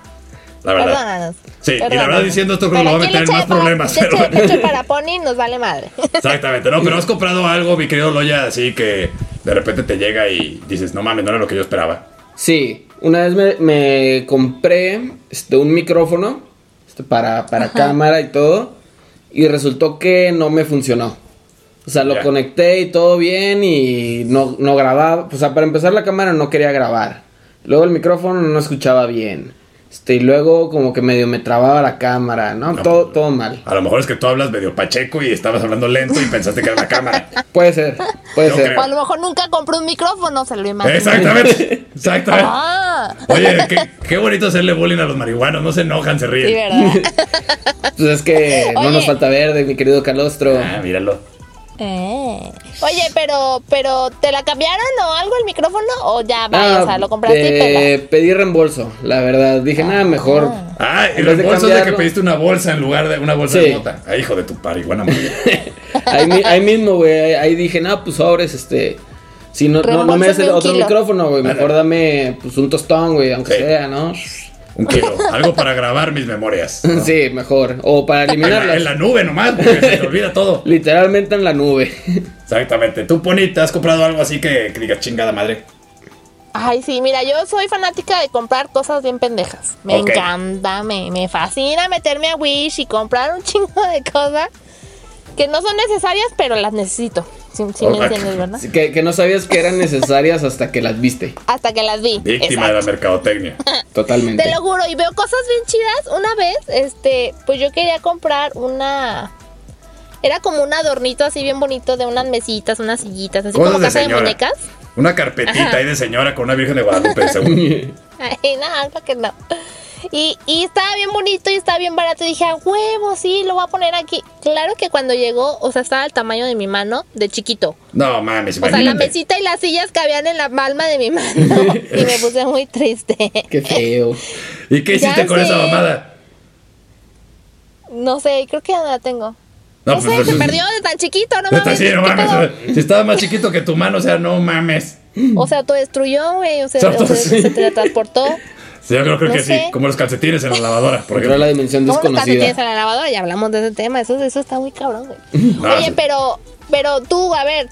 Speaker 4: La verdad.
Speaker 3: Perdónanos.
Speaker 4: Sí, y la
Speaker 3: perdónanos.
Speaker 4: verdad diciendo esto creo que
Speaker 3: Pero
Speaker 4: nos va a
Speaker 3: aquí
Speaker 4: meter en
Speaker 3: leche
Speaker 4: más
Speaker 3: de para-
Speaker 4: problemas.
Speaker 3: leche de
Speaker 4: pero-
Speaker 3: pecho para Pony nos vale madre.
Speaker 4: Exactamente, no, pero has comprado algo, mi querido Loya, así que de repente te llega y dices, no mames, no era lo que yo esperaba.
Speaker 5: Sí, una vez me, me compré este, un micrófono este, para, para cámara y todo, y resultó que no me funcionó. O sea, lo
Speaker 4: Ya.
Speaker 5: conecté y todo bien y no, no grababa. O sea, para empezar la cámara no quería grabar. Luego el micrófono no escuchaba bien. Este, y luego como que medio me trababa la cámara, ¿no?
Speaker 4: No,
Speaker 5: todo,
Speaker 4: pues,
Speaker 5: todo mal.
Speaker 4: A lo mejor es que tú hablas medio pacheco y estabas hablando lento y pensaste que era una cámara.
Speaker 5: Puede ser, puede
Speaker 4: Yo
Speaker 5: ser.
Speaker 4: creo.
Speaker 3: O a lo mejor nunca compró un micrófono, se lo imagino.
Speaker 4: Exactamente, exactamente.
Speaker 3: Ah,
Speaker 4: Oye, qué, qué bonito hacerle bullying a los marihuanos, no se enojan, se
Speaker 3: sí,
Speaker 4: ríen.
Speaker 3: ¿verdad?
Speaker 5: Pues es que no
Speaker 3: Oye.
Speaker 5: nos falta verde, mi querido Calostro.
Speaker 4: Ah, míralo.
Speaker 3: Eh. Oye, pero, pero, ¿te la cambiaron o algo el micrófono? O ya vaya,
Speaker 5: Ah,
Speaker 3: o sea, lo compraste y te
Speaker 5: eh, pedí reembolso, la verdad. Dije, nada, mejor.
Speaker 4: Ah, y
Speaker 5: En
Speaker 4: los
Speaker 5: vez de
Speaker 4: bolsos de que
Speaker 5: cambiarlo.
Speaker 4: pediste una bolsa en lugar de una bolsa
Speaker 5: Sí.
Speaker 4: de mota. Ah, hijo de tu pariguana madre.
Speaker 5: ahí, mi- ahí mismo, güey. Ahí, ahí dije, no, pues sobres, este. Si no, no, no me hace
Speaker 3: Reembolsame un
Speaker 5: otro
Speaker 3: kilo.
Speaker 5: micrófono, güey. Mejor dame pues un tostón, güey, aunque
Speaker 4: Sí.
Speaker 5: sea, ¿no?
Speaker 4: Un kilo. Algo para grabar mis memorias. ¿no?
Speaker 5: Sí, mejor. O para
Speaker 4: En la, en la
Speaker 5: eliminarlas.
Speaker 4: nube nomás, porque se te olvida todo.
Speaker 5: Literalmente en la nube.
Speaker 4: Exactamente. Tú, Pony, te has comprado algo así que, que digas chingada madre.
Speaker 3: Ay, sí, mira, yo soy fanática de comprar cosas bien pendejas. Me
Speaker 4: Ok.
Speaker 3: encanta, me, me fascina meterme a Wish y comprar un chingo de cosas que no son necesarias, pero las necesito. Si, si me
Speaker 4: Ok.
Speaker 3: entiendes, ¿verdad?
Speaker 5: Así Que, que no sabías que eran necesarias hasta que las viste.
Speaker 3: Hasta que las vi. Exacto.
Speaker 4: Víctima de la mercadotecnia.
Speaker 5: Totalmente.
Speaker 3: Te lo juro, y veo cosas bien chidas. Una vez, este, pues yo quería comprar una. Era como un adornito así bien bonito de unas mesitas, unas sillitas, así como
Speaker 4: Cosas de
Speaker 3: casa de,
Speaker 4: señora.
Speaker 3: muñecas.
Speaker 4: Una carpetita ahí de señora con una virgen de Guadalupe, seguro.
Speaker 3: Ay, no, creo que no. Y, y estaba bien bonito y estaba bien barato. Y dije, a huevo, sí, lo voy a poner aquí. Claro que cuando llegó, o sea, estaba al tamaño de mi mano, de chiquito.
Speaker 4: No mames,
Speaker 3: O sea, la
Speaker 4: imagínate.
Speaker 3: mesita y las sillas cabían en la palma de mi mano. y me puse muy triste.
Speaker 5: Qué feo.
Speaker 4: ¿Y qué hiciste
Speaker 3: Ya
Speaker 4: con
Speaker 3: sé.
Speaker 4: esa mamada?
Speaker 3: No sé, creo que ya no la tengo.
Speaker 4: No, pues,
Speaker 3: No, sé, se perdió de tan chiquito, no
Speaker 4: Está
Speaker 3: mames.
Speaker 4: así, no
Speaker 3: ¿qué
Speaker 4: mames.
Speaker 3: pedo?
Speaker 4: Si estaba más chiquito que tu mano, o sea, no mames.
Speaker 3: O se autodestruyó, güey. O sea,
Speaker 4: Se
Speaker 3: o sea,
Speaker 4: autodestru-
Speaker 3: se teletransportó.
Speaker 4: Sí, yo creo, creo
Speaker 3: No
Speaker 4: que
Speaker 3: sé.
Speaker 4: sí. Como los calcetines en la lavadora, por
Speaker 5: Entró a
Speaker 4: ejemplo.
Speaker 5: la dimensión
Speaker 3: ¿Cómo los calcetines
Speaker 5: desconocida.
Speaker 3: a la lavadora? Ya hablamos de ese tema. Eso, eso está muy cabrón, güey.
Speaker 4: No,
Speaker 3: Oye,
Speaker 4: sí.
Speaker 3: pero, pero tú, a ver.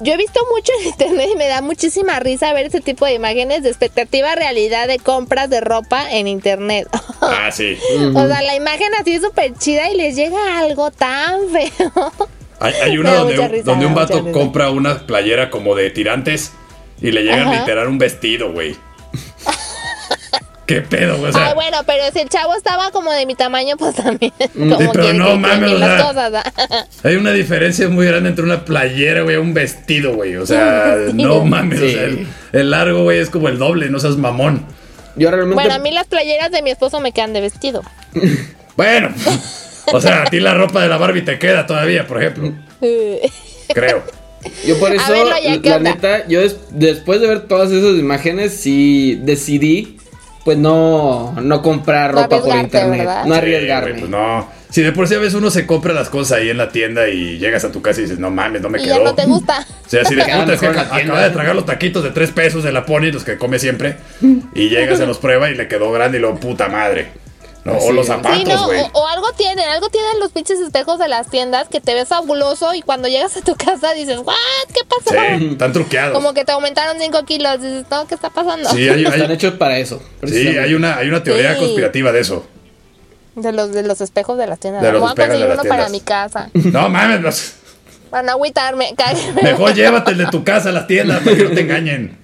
Speaker 3: Yo he visto mucho en internet y me da muchísima risa ver ese tipo de imágenes de expectativa realidad de compras de ropa en internet.
Speaker 4: Ah, sí.
Speaker 3: O sea, la imagen así es súper chida y les llega algo tan feo.
Speaker 4: Hay, hay una
Speaker 3: Me da
Speaker 4: donde,
Speaker 3: mucha
Speaker 4: un-
Speaker 3: risa,
Speaker 4: donde
Speaker 3: me
Speaker 4: un
Speaker 3: da mucha
Speaker 4: vato
Speaker 3: risa.
Speaker 4: compra una playera como de tirantes y le llegan
Speaker 3: Ajá.
Speaker 4: literal un vestido, güey. ¿Qué pedo, güey? O sea,
Speaker 3: Ay, Ah, bueno, pero si el chavo estaba como de mi tamaño, pues también. Como
Speaker 4: Sí, pero
Speaker 3: que-
Speaker 4: no
Speaker 3: que- que
Speaker 4: mames, o
Speaker 3: las
Speaker 4: sea.
Speaker 3: cosas, ¿ah?
Speaker 4: hay una diferencia muy grande entre una playera, güey, a un vestido, güey. O sea, no mames. o sea, el, el largo, güey, es como el doble, no seas mamón.
Speaker 5: Yo realmente.
Speaker 3: Bueno, a mí las playeras de mi esposo me quedan de vestido.
Speaker 4: Bueno, o sea, a ti la ropa de la Barbie te queda todavía, por ejemplo.
Speaker 3: Eh,
Speaker 4: Creo.
Speaker 5: Yo por
Speaker 3: A
Speaker 5: eso,
Speaker 3: verlo ya, ¿qué
Speaker 5: la
Speaker 3: onda?
Speaker 5: neta, yo des- después de ver todas esas imágenes, sí decidí, pues no, no comprar
Speaker 3: No
Speaker 5: ropa por
Speaker 3: arriesgarte,
Speaker 5: internet,
Speaker 3: ¿verdad?
Speaker 5: no
Speaker 4: Sí,
Speaker 5: arriesgarme.
Speaker 4: güey, pues no. Si de por sí a veces uno se compra las cosas ahí en la tienda y llegas a tu casa y dices, no mames, no me
Speaker 3: y
Speaker 4: quedó.
Speaker 3: ya no te gusta.
Speaker 4: O sea, así de
Speaker 5: Queda
Speaker 4: puta, es que
Speaker 5: mejor en la
Speaker 4: acaba
Speaker 5: tienda. ¿eh?
Speaker 4: acaba de tragar los taquitos de tres pesos de la Pony, los que come siempre, y llega, se los prueba y le quedó grande y lo puta madre. No,
Speaker 5: Así
Speaker 4: o los
Speaker 5: es.
Speaker 3: Sí,
Speaker 4: zapatos,
Speaker 3: no,
Speaker 4: güey.
Speaker 3: o, o algo tienen, algo tienen los pinches espejos de las tiendas que te ves fabuloso y cuando llegas a tu casa dices, ¿what? ¿Qué pasó?
Speaker 4: Sí, están truqueados.
Speaker 3: Como que te aumentaron 5 kilos, dices, no, ¿qué está pasando?
Speaker 4: Sí, hay,
Speaker 5: Están
Speaker 4: hay-
Speaker 5: hechos para eso.
Speaker 4: sí,
Speaker 5: precisamente.
Speaker 4: hay una, hay una teoría
Speaker 3: Sí.
Speaker 4: conspirativa de eso.
Speaker 3: De los, de los espejos de las tiendas.
Speaker 4: De los
Speaker 3: Voy a
Speaker 4: espejos de
Speaker 3: conseguir
Speaker 4: las
Speaker 3: uno para
Speaker 4: tiendas.
Speaker 3: mi casa.
Speaker 4: No mames, los-
Speaker 3: Para no agüitarme. cállate.
Speaker 4: mejor llévate el de tu casa a las tiendas para que no te engañen.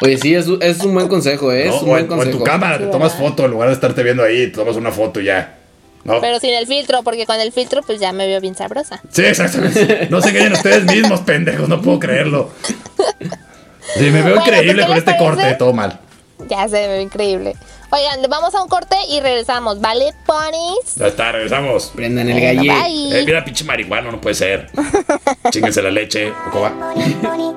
Speaker 5: Oye, sí, es, es un buen consejo, ¿eh?
Speaker 4: ¿no?
Speaker 5: es un
Speaker 4: O,
Speaker 5: buen
Speaker 4: en, o en
Speaker 5: consejo.
Speaker 4: tu cámara, te tomas foto en lugar de estarte viendo ahí, te tomas una foto y ya. ¿No?
Speaker 3: Pero sin el filtro, porque con el filtro pues ya me veo bien sabrosa.
Speaker 4: Sí, exactamente. No se engañen ustedes mismos, pendejos. No puedo creerlo. Sí, me veo
Speaker 3: Bueno,
Speaker 4: increíble
Speaker 3: pues,
Speaker 4: con
Speaker 3: ¿qué
Speaker 4: este
Speaker 3: les
Speaker 4: corte.
Speaker 3: parece?
Speaker 4: Todo mal.
Speaker 3: Ya se ve increíble. Oigan, vamos a un corte y regresamos, ¿vale, ponis?
Speaker 4: Ya está, regresamos.
Speaker 5: Prendan el
Speaker 3: Bueno,
Speaker 5: gallé.
Speaker 4: Eh,
Speaker 3: bye.
Speaker 4: mira, pinche marihuano, no puede ser. Chinguense la leche. ¿o cómo va?
Speaker 1: Pony, pony.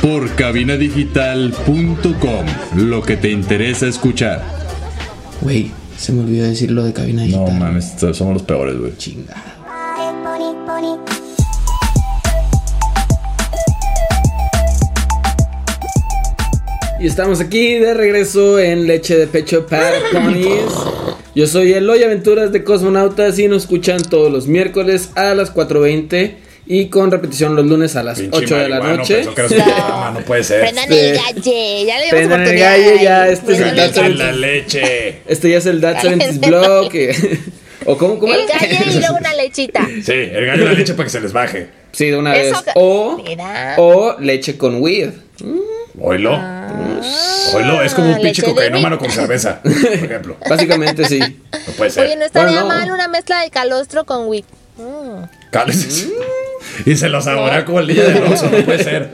Speaker 8: Por cabinadigital.com. Lo que te interesa escuchar.
Speaker 5: Güey, se me olvidó decir lo de cabina
Speaker 8: No
Speaker 5: digital.
Speaker 8: mames, somos los peores, güey.
Speaker 5: Chingada.
Speaker 1: Ay, pony, pony.
Speaker 5: Y estamos aquí de regreso en Leche de Pecho para Ponies. Yo soy Eloy Aventuras de Cosmonautas y nos escuchan todos los miércoles a las 4.20 y con repetición los lunes a las
Speaker 4: Pinche
Speaker 5: 8 de la
Speaker 4: marihuano,
Speaker 5: noche.
Speaker 4: pensó que era su programa, no puede ser.
Speaker 3: Prendan el galle, ya le dimos
Speaker 5: Este. Prendan el
Speaker 3: oportunidad.
Speaker 5: galle, ya, este es
Speaker 3: Prendan
Speaker 5: el
Speaker 3: el
Speaker 5: gato.
Speaker 4: Chinguense
Speaker 3: galle.
Speaker 4: la leche.
Speaker 5: Este ya es el Dad 70 Blog. que- ¿O cómo, cómo
Speaker 3: El
Speaker 5: era?
Speaker 3: galle y luego una lechita.
Speaker 4: Sí, el gallo de la leche para que se les baje.
Speaker 5: Sí, de una
Speaker 3: Eso-
Speaker 5: vez. O,
Speaker 3: Mira.
Speaker 5: o leche con weed.
Speaker 4: Oilo. Oilo, es como un pinche
Speaker 3: Ah. leche de
Speaker 4: cocainómano
Speaker 3: rica.
Speaker 4: con cerveza, por ejemplo.
Speaker 5: Básicamente sí.
Speaker 4: No puede
Speaker 3: Oye,
Speaker 4: ser.
Speaker 3: no estaría
Speaker 5: Bueno, no.
Speaker 3: mal una mezcla de calostro con wheat.
Speaker 4: Cálices.
Speaker 3: Mm.
Speaker 4: Y se los saborá como el niño del oso, no puede ser.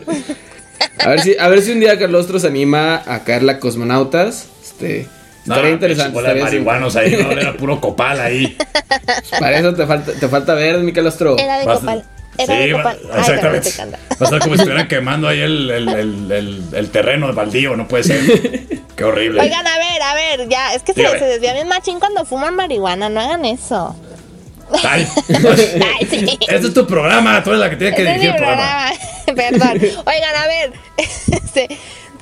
Speaker 5: A ver si, a ver si un día Carlostro se anima a caer la Cosmonautas. Este, estaría
Speaker 4: No,
Speaker 5: interesante.
Speaker 4: pinche bola de
Speaker 5: estaría
Speaker 4: marihuanos ahí, no, era puro copal ahí.
Speaker 5: así. Para eso te falta, te falta ver, mi Carlostro.
Speaker 3: Era de
Speaker 4: Vas-
Speaker 3: copal. Era
Speaker 4: Sí,
Speaker 3: de
Speaker 4: va-
Speaker 3: copal. Ay,
Speaker 4: exactamente.
Speaker 3: pero no te
Speaker 4: Va
Speaker 3: canta.
Speaker 4: a estar como si estuvieran quemando ahí el, el, el, el, el terreno de baldío, no puede ser. Qué horrible.
Speaker 3: Oigan, a ver, a ver, ya, es que se,
Speaker 4: Dígame.
Speaker 3: se desvía bien machín cuando fuman marihuana, no hagan eso.
Speaker 4: Ay.
Speaker 3: Ay, sí.
Speaker 4: Este es tu programa, tú eres la que tiene que
Speaker 3: Ese Este es
Speaker 4: dirigir
Speaker 3: mi
Speaker 4: el programa.
Speaker 3: programa. Perdón. Oigan, a ver. este,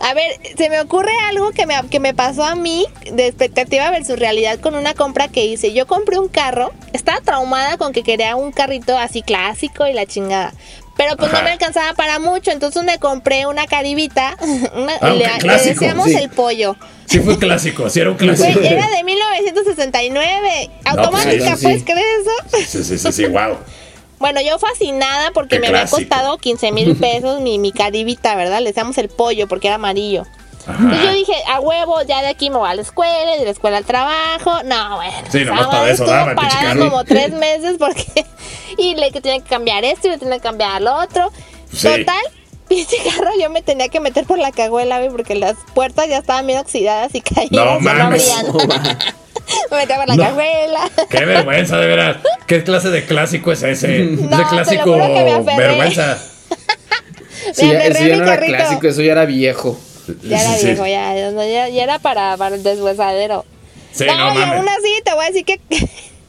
Speaker 3: a ver, se me ocurre algo que me, que me pasó a mí de expectativa versus realidad con una compra que hice. Yo compré un carro, estaba traumada con que quería un carrito así clásico y la chingada. Pero pues
Speaker 4: Ajá.
Speaker 3: no me alcanzaba para mucho, entonces me compré una caribita. una-
Speaker 4: Ah, un
Speaker 3: le,
Speaker 4: clásico,
Speaker 3: le decíamos
Speaker 5: sí.
Speaker 3: el pollo.
Speaker 4: Sí fue clásico, sí Ah, era un clásico.
Speaker 3: Güey, era de 1969. Automática,
Speaker 5: pues, sí.
Speaker 3: ¿puedes creer eso?
Speaker 4: Sí, sí, sí, sí, wow.
Speaker 3: Bueno, yo fascinada porque
Speaker 4: Qué
Speaker 3: me
Speaker 4: clásico.
Speaker 3: había costado 15 mil pesos mi, mi caribita, ¿verdad? Le decíamos el pollo porque era amarillo.
Speaker 4: Ah.
Speaker 3: Entonces yo dije, a huevo, ya de aquí me voy a la escuela, y de la escuela al trabajo. No, bueno.
Speaker 4: Sí,
Speaker 3: esa
Speaker 4: nomás para
Speaker 3: madre
Speaker 4: eso
Speaker 3: estuvo
Speaker 4: daba el pinche
Speaker 3: parada
Speaker 4: carro.
Speaker 3: como tres meses porque... Y le que tenía que cambiar esto y le tenía que cambiar lo otro.
Speaker 4: Sí.
Speaker 3: Total, pinche carro, yo me tenía que meter por la cajuela, güey, porque las puertas ya estaban bien oxidadas y caídas.
Speaker 4: No
Speaker 3: y
Speaker 4: mames.
Speaker 3: abrían. me metía por la
Speaker 4: No.
Speaker 3: cajuela.
Speaker 4: Qué vergüenza, de veras. ¿Qué clase de clásico es ese?
Speaker 3: te
Speaker 4: ese
Speaker 3: lo
Speaker 4: clásico
Speaker 3: juro que me aferré.
Speaker 4: vergüenza.
Speaker 5: Sí,
Speaker 3: me
Speaker 5: ya- eso
Speaker 3: agarré
Speaker 5: ya
Speaker 3: mi
Speaker 5: no era
Speaker 3: carrito.
Speaker 5: clásico, eso ya era viejo.
Speaker 3: Ya era
Speaker 4: Sí, sí.
Speaker 3: viejo, ya, ya, ya- ya era para, para el deshuesadero.
Speaker 4: Sí,
Speaker 3: no,
Speaker 4: no
Speaker 3: y
Speaker 4: mames.
Speaker 3: aún así te voy a decir que,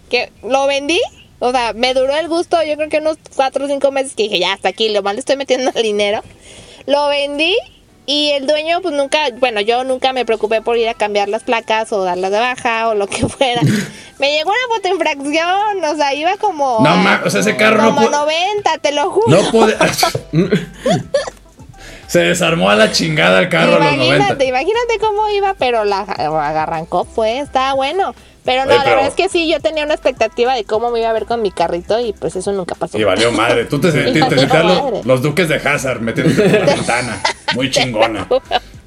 Speaker 3: que lo vendí O sea, me duró el gusto, yo creo que unos 4 o 5 meses que dije, ya, hasta aquí, lo mal estoy metiendo el dinero. Lo vendí y el dueño, pues nunca, bueno, yo nunca me preocupé por ir a cambiar las placas o darlas de baja o lo que fuera. me llegó una foto infracción, o sea, iba como.
Speaker 4: No ma- o sea, ese carro no
Speaker 3: Como
Speaker 4: pu-
Speaker 3: 90, te lo juro.
Speaker 4: No puede. Se desarmó a la chingada el carro a los 90.
Speaker 3: Imagínate, imagínate cómo iba, pero la aga- arrancó, pues, estaba bueno. Pero no,
Speaker 4: Oye,
Speaker 3: la
Speaker 4: pero-
Speaker 3: verdad es que sí, yo tenía una expectativa de cómo me iba a ver con mi carrito y pues eso nunca pasó.
Speaker 4: Y valió madre. Tú te sentiste, te
Speaker 3: valió
Speaker 4: sentías los-
Speaker 3: madre.
Speaker 4: los, duques de Hazard metiéndote por la ventana. Muy chingona.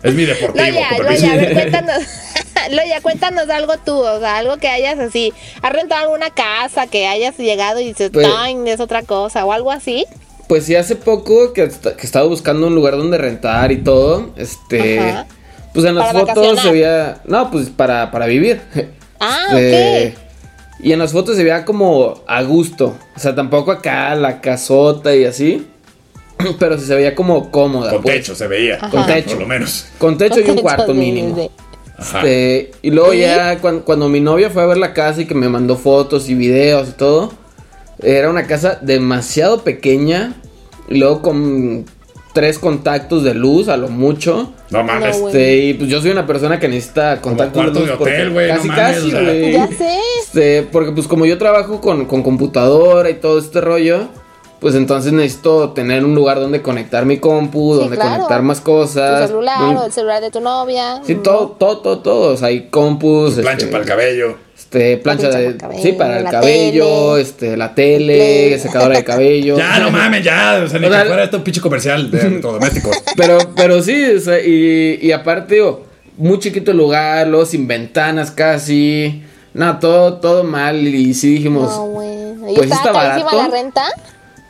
Speaker 4: Es mi deportivo,
Speaker 3: Loya,
Speaker 4: con permiso.
Speaker 3: Loya, a ver, cuéntanos. Loya, cuéntanos algo tú, o sea, algo que hayas así. ¿Has rentado alguna casa que hayas llegado y dices,
Speaker 5: Pues-
Speaker 3: "Tain, es otra cosa? o algo así?
Speaker 5: Pues sí, hace poco que, est- que estaba buscando un lugar donde rentar y todo. Este.
Speaker 3: Ajá.
Speaker 5: Pues en las
Speaker 3: Para
Speaker 5: fotos se
Speaker 3: vacacionar.
Speaker 5: veía. No, pues para, para vivir.
Speaker 3: Ah,
Speaker 5: Este,
Speaker 3: ok.
Speaker 5: Y en las fotos se veía como a gusto. O sea, tampoco acá la casota y así. Pero sí se veía como cómoda.
Speaker 4: Con
Speaker 5: pues.
Speaker 4: techo se veía.
Speaker 5: Con techo.
Speaker 4: Por lo menos.
Speaker 5: Con techo y un cuarto
Speaker 3: Entonces,
Speaker 5: mínimo.
Speaker 3: sí.
Speaker 4: Ajá.
Speaker 5: Este, y luego ya cuan- cuando mi novia fue a ver la casa y que me mandó fotos y videos y todo, era una casa demasiado pequeña y luego con tres contactos de luz a lo mucho.
Speaker 4: No mames.
Speaker 3: No, güey.
Speaker 5: Este, y pues yo soy una persona que necesita contactos
Speaker 4: cuarto de
Speaker 5: luz
Speaker 4: hotel,
Speaker 5: porque-
Speaker 4: güey, no
Speaker 5: Casi,
Speaker 4: mames,
Speaker 5: casi,
Speaker 4: o sea.
Speaker 5: güey.
Speaker 3: Ya sé.
Speaker 5: Este, porque pues como yo trabajo con, con computadora y todo este rollo, pues entonces necesito tener un lugar donde conectar mi compu,
Speaker 3: Sí,
Speaker 5: donde
Speaker 3: claro.
Speaker 5: conectar más
Speaker 3: Tu
Speaker 5: cosas.
Speaker 3: celular
Speaker 5: un-
Speaker 3: o el celular de tu novia. mm.
Speaker 5: Sí, todo, todo, todo, todo. O sea, hay compus.
Speaker 4: plancha
Speaker 5: este,
Speaker 4: para el cabello.
Speaker 5: este, plancha
Speaker 3: plancha
Speaker 5: de,
Speaker 3: para el
Speaker 5: sí, para
Speaker 3: cabello,
Speaker 5: el
Speaker 3: la
Speaker 5: cabello,
Speaker 3: tele.
Speaker 5: este, la tele,
Speaker 3: Play.
Speaker 5: secadora de cabello.
Speaker 4: Ya, no mames, ya. O sea, ni
Speaker 5: O sea,
Speaker 4: que fuera esto un pinche comercial de electrodomésticos.
Speaker 5: Pero, pero sí, o sea, y, y aparte, digo, muy chiquito el lugar, luego sin ventanas casi. No, todo, todo mal. Y sí dijimos,
Speaker 3: No, Ah, bueno. ¿Y
Speaker 5: pues
Speaker 3: estaba
Speaker 5: está
Speaker 3: carísima
Speaker 5: barato.
Speaker 3: la renta?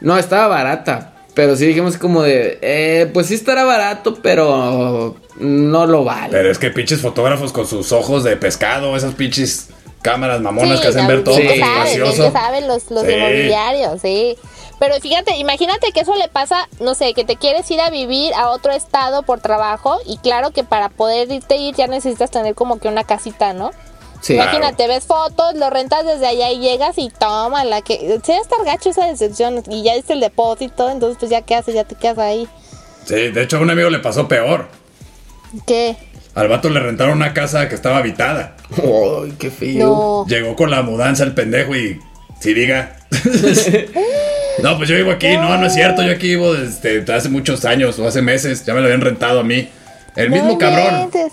Speaker 5: no, estaba barata. Pero sí dijimos como de, eh, pues sí estará barato, pero no lo vale.
Speaker 4: Pero es que pinches fotógrafos con sus ojos de pescado, esas pinches cámaras mamonas
Speaker 3: Sí,
Speaker 4: que hacen ver todo
Speaker 5: sí,
Speaker 4: más
Speaker 5: sí.
Speaker 3: saben,
Speaker 5: gracioso.
Speaker 3: ellos saben los, los
Speaker 4: Sí.
Speaker 3: inmobiliarios, sí. Pero fíjate, imagínate que eso le pasa, no sé, que te quieres ir a vivir a otro estado por trabajo y claro que para poder irte ir ya necesitas tener como que una casita, ¿no?
Speaker 5: sí.
Speaker 4: Claro.
Speaker 3: Imagínate, ves fotos, lo rentas desde allá y llegas y toma la que... Se estar gacho esa decepción y ya diste el depósito, entonces pues ya qué haces, ya te quedas ahí.
Speaker 4: Sí, de hecho a un amigo le pasó peor.
Speaker 3: ¿Qué?
Speaker 4: Al vato le rentaron una casa que estaba habitada.
Speaker 5: Ay, qué feo.
Speaker 3: No.
Speaker 4: Llegó con la mudanza el pendejo y si diga. no, pues yo vivo aquí, no, no es cierto, yo aquí vivo desde hace muchos años o hace meses, ya me lo habían rentado a mí. El mismo
Speaker 3: No
Speaker 4: cabrón.
Speaker 3: inventes.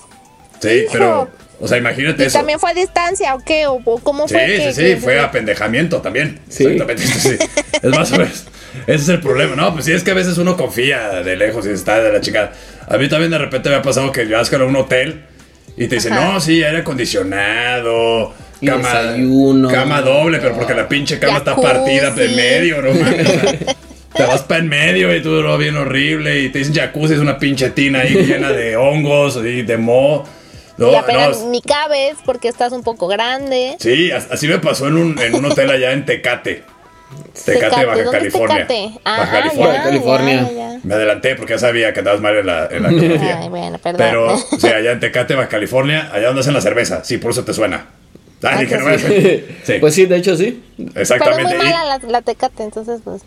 Speaker 4: Sí,
Speaker 3: hijo.
Speaker 4: pero o sea, imagínate
Speaker 3: ¿Y
Speaker 4: eso.
Speaker 3: también fue a distancia o qué? ¿O o cómo
Speaker 4: Sí,
Speaker 3: fue?
Speaker 4: sí,
Speaker 3: que-
Speaker 4: sí,
Speaker 3: que-
Speaker 4: fue apendejamiento también.
Speaker 5: Sí.
Speaker 4: Exactamente. sí. Es más o menos. Ese es el problema. No, pues sí, es que a veces uno confía de lejos y está de la chica. A mí también de repente me ha pasado que vas a un hotel y te dicen,
Speaker 3: Ajá.
Speaker 4: no, sí, aire acondicionado.
Speaker 5: Y
Speaker 4: Cama,
Speaker 5: desayuno.
Speaker 4: cama doble, pero porque la pinche cama está partida de
Speaker 3: Jacuzzi.
Speaker 4: medio, no mames. o sea, Te vas para en medio y tú lo bien horrible y te dicen jacuzzi, es una pinche tina ahí llena de hongos y de moho. No,
Speaker 3: y apenas
Speaker 4: no,
Speaker 3: ni cabes porque estás un poco grande.
Speaker 4: Sí, as- así me pasó en un, en un hotel allá en Tecate. Tecate,
Speaker 3: ¿dónde
Speaker 4: Baja
Speaker 3: es
Speaker 4: California.
Speaker 3: Tecate? Ah,
Speaker 4: Baja California.
Speaker 3: ya,
Speaker 5: California.
Speaker 3: ya, ya.
Speaker 4: Me adelanté porque ya sabía que andabas mal en la, en la geografía.
Speaker 3: Ay, bueno, perdón.
Speaker 4: Pero, o sea, allá en Tecate, Baja California, allá donde hacen la cerveza. Sí, por eso te suena. Ah, dije, no, sí,
Speaker 5: Pues sí, de hecho sí.
Speaker 3: Pero es
Speaker 4: exactamente.
Speaker 3: muy
Speaker 4: Y
Speaker 3: mala la, la tecate, entonces pues.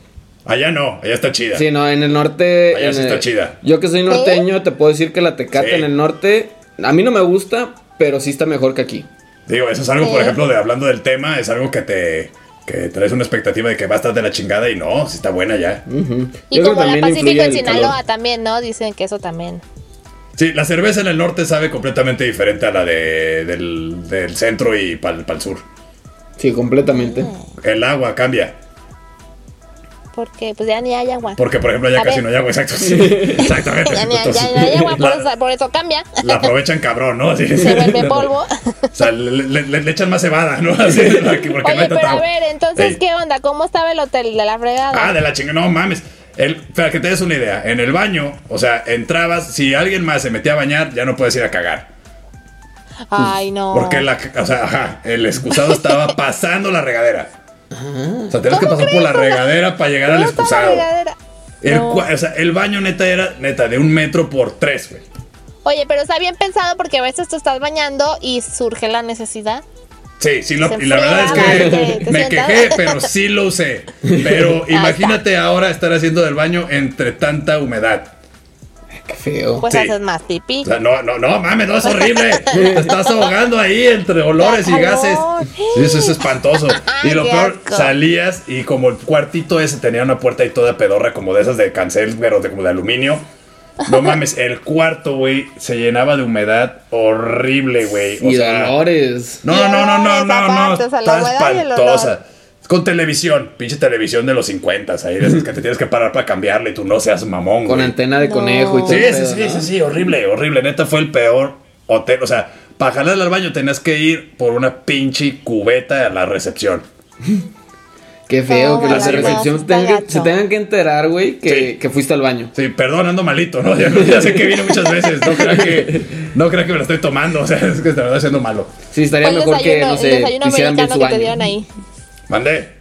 Speaker 4: allá no, allá está chida.
Speaker 5: Sí, no, en el norte.
Speaker 4: Allá
Speaker 5: en
Speaker 4: sí está
Speaker 5: el-
Speaker 4: chida.
Speaker 5: Yo que soy norteño, te puedo decir que la tecate
Speaker 4: Sí.
Speaker 5: en el norte. A mí no me gusta, pero sí está mejor que aquí.
Speaker 4: Digo, eso es algo, por
Speaker 3: Sí.
Speaker 4: ejemplo, de hablando del tema, es algo que te que traes una expectativa de que va a estar de la chingada y no, si está buena ya.
Speaker 3: Y
Speaker 5: Yo creo que
Speaker 3: como la
Speaker 5: también
Speaker 3: Pacífico
Speaker 5: influye
Speaker 3: en
Speaker 5: el
Speaker 3: Sinaloa
Speaker 5: calor.
Speaker 3: también, ¿no? Dicen que eso también.
Speaker 4: Sí, la cerveza en el norte sabe completamente diferente a la de, del, del centro y para el sur.
Speaker 5: Sí, completamente.
Speaker 3: Mm.
Speaker 4: El agua cambia.
Speaker 3: Porque pues ya ni hay agua.
Speaker 4: Porque, por ejemplo, allá
Speaker 3: A
Speaker 4: casi
Speaker 3: ver.
Speaker 4: no hay agua. Exacto. sí, exactamente.
Speaker 3: Ya ni, ya
Speaker 4: Entonces,
Speaker 3: ni hay agua, por,
Speaker 4: la,
Speaker 3: eso, por eso cambia.
Speaker 4: la aprovechan cabrón, ¿no? Así.
Speaker 3: Se vuelve polvo.
Speaker 4: O sea, le, le- le- le echan más cebada, ¿no? Así, porque no hay
Speaker 3: Oye, pero
Speaker 4: tanta
Speaker 3: a
Speaker 4: agua.
Speaker 3: ver, entonces,
Speaker 4: Ey.
Speaker 3: ¿qué onda? ¿Cómo estaba el hotel de la fregada?
Speaker 4: Ah, de la chingada. No mames. El, para que te des una idea, en el baño, o sea, entrabas, si alguien más se metía a bañar, ya no puedes ir a cagar.
Speaker 3: Ay, no.
Speaker 4: Porque la, o sea, ajá, el excusado estaba pasando la regadera.
Speaker 3: Ah.
Speaker 4: O sea, tenías que pasar por la regadera para llegar al
Speaker 3: ¿Cómo estaba la
Speaker 4: excusado.
Speaker 3: regadera?
Speaker 4: El,
Speaker 3: No.
Speaker 4: cua- o sea, el baño neta era neta de un metro por tres, güey.
Speaker 3: Oye, pero está bien pensado porque a veces tú estás bañando y surge la necesidad.
Speaker 4: Sí, sí, lo-
Speaker 3: Se
Speaker 4: y la verdad es
Speaker 3: enfriaba,
Speaker 4: que
Speaker 3: te- te
Speaker 4: me
Speaker 3: sentabas.
Speaker 4: quejé, pero sí lo usé. Pero
Speaker 3: está.
Speaker 4: imagínate ahora estar haciendo del baño entre tanta humedad.
Speaker 5: Qué feo.
Speaker 3: Pues
Speaker 4: Sí.
Speaker 3: haces más pipí.
Speaker 4: O sea, no, no, no, mames, no es horrible. Te estás ahogando ahí entre olores y
Speaker 3: Da
Speaker 4: gases.
Speaker 3: calor.
Speaker 4: Sí, eso es espantoso. Y lo
Speaker 3: Qué
Speaker 4: peor,
Speaker 3: asco.
Speaker 4: salías y como el cuartito ese tenía una puerta ahí toda pedorra, como de esas de cancel, pero de, como de aluminio. No mames, el cuarto, güey, se llenaba de humedad horrible, güey. O
Speaker 5: y
Speaker 4: sea,
Speaker 5: dolores.
Speaker 4: No,
Speaker 3: Y
Speaker 4: no, no, no,
Speaker 3: olores,
Speaker 4: no, no.
Speaker 3: aparte, o sea, la
Speaker 4: Está
Speaker 3: humedad y el olor.
Speaker 4: espantosa. Con televisión, pinche televisión de los 50, ahí de esas que te tienes que parar para cambiarle y tú no seas mamón.
Speaker 5: Con
Speaker 4: güey.
Speaker 5: antena de conejo y todo.
Speaker 4: Sí,
Speaker 5: el
Speaker 4: sí,
Speaker 5: pedo,
Speaker 4: sí,
Speaker 5: ¿no?
Speaker 4: sí, sí, horrible, horrible. Neta fue el peor hotel. O sea, para jalarle al baño tenías que ir por una pinche cubeta a la recepción.
Speaker 5: Qué feo
Speaker 3: No,
Speaker 5: que los de
Speaker 4: así, güey.
Speaker 5: recepción
Speaker 3: Está
Speaker 5: tengan-
Speaker 3: gacho.
Speaker 5: se tengan que enterar, güey, que,
Speaker 4: Sí.
Speaker 5: que fuiste al baño.
Speaker 4: Sí, perdón, ando malito, ¿no? Ya, ya sé que vine muchas veces. No crea que, no crea que me la estoy tomando. O sea, es que te verdad haciendo malo.
Speaker 5: Sí, estaría
Speaker 3: Fue el
Speaker 5: mejor que,
Speaker 3: desayuno,
Speaker 5: no
Speaker 3: el
Speaker 5: sé,
Speaker 3: desayuno
Speaker 5: hicieran bien
Speaker 3: americano
Speaker 5: su
Speaker 3: que te dieron
Speaker 5: baño.
Speaker 3: ahí.
Speaker 4: Mandé.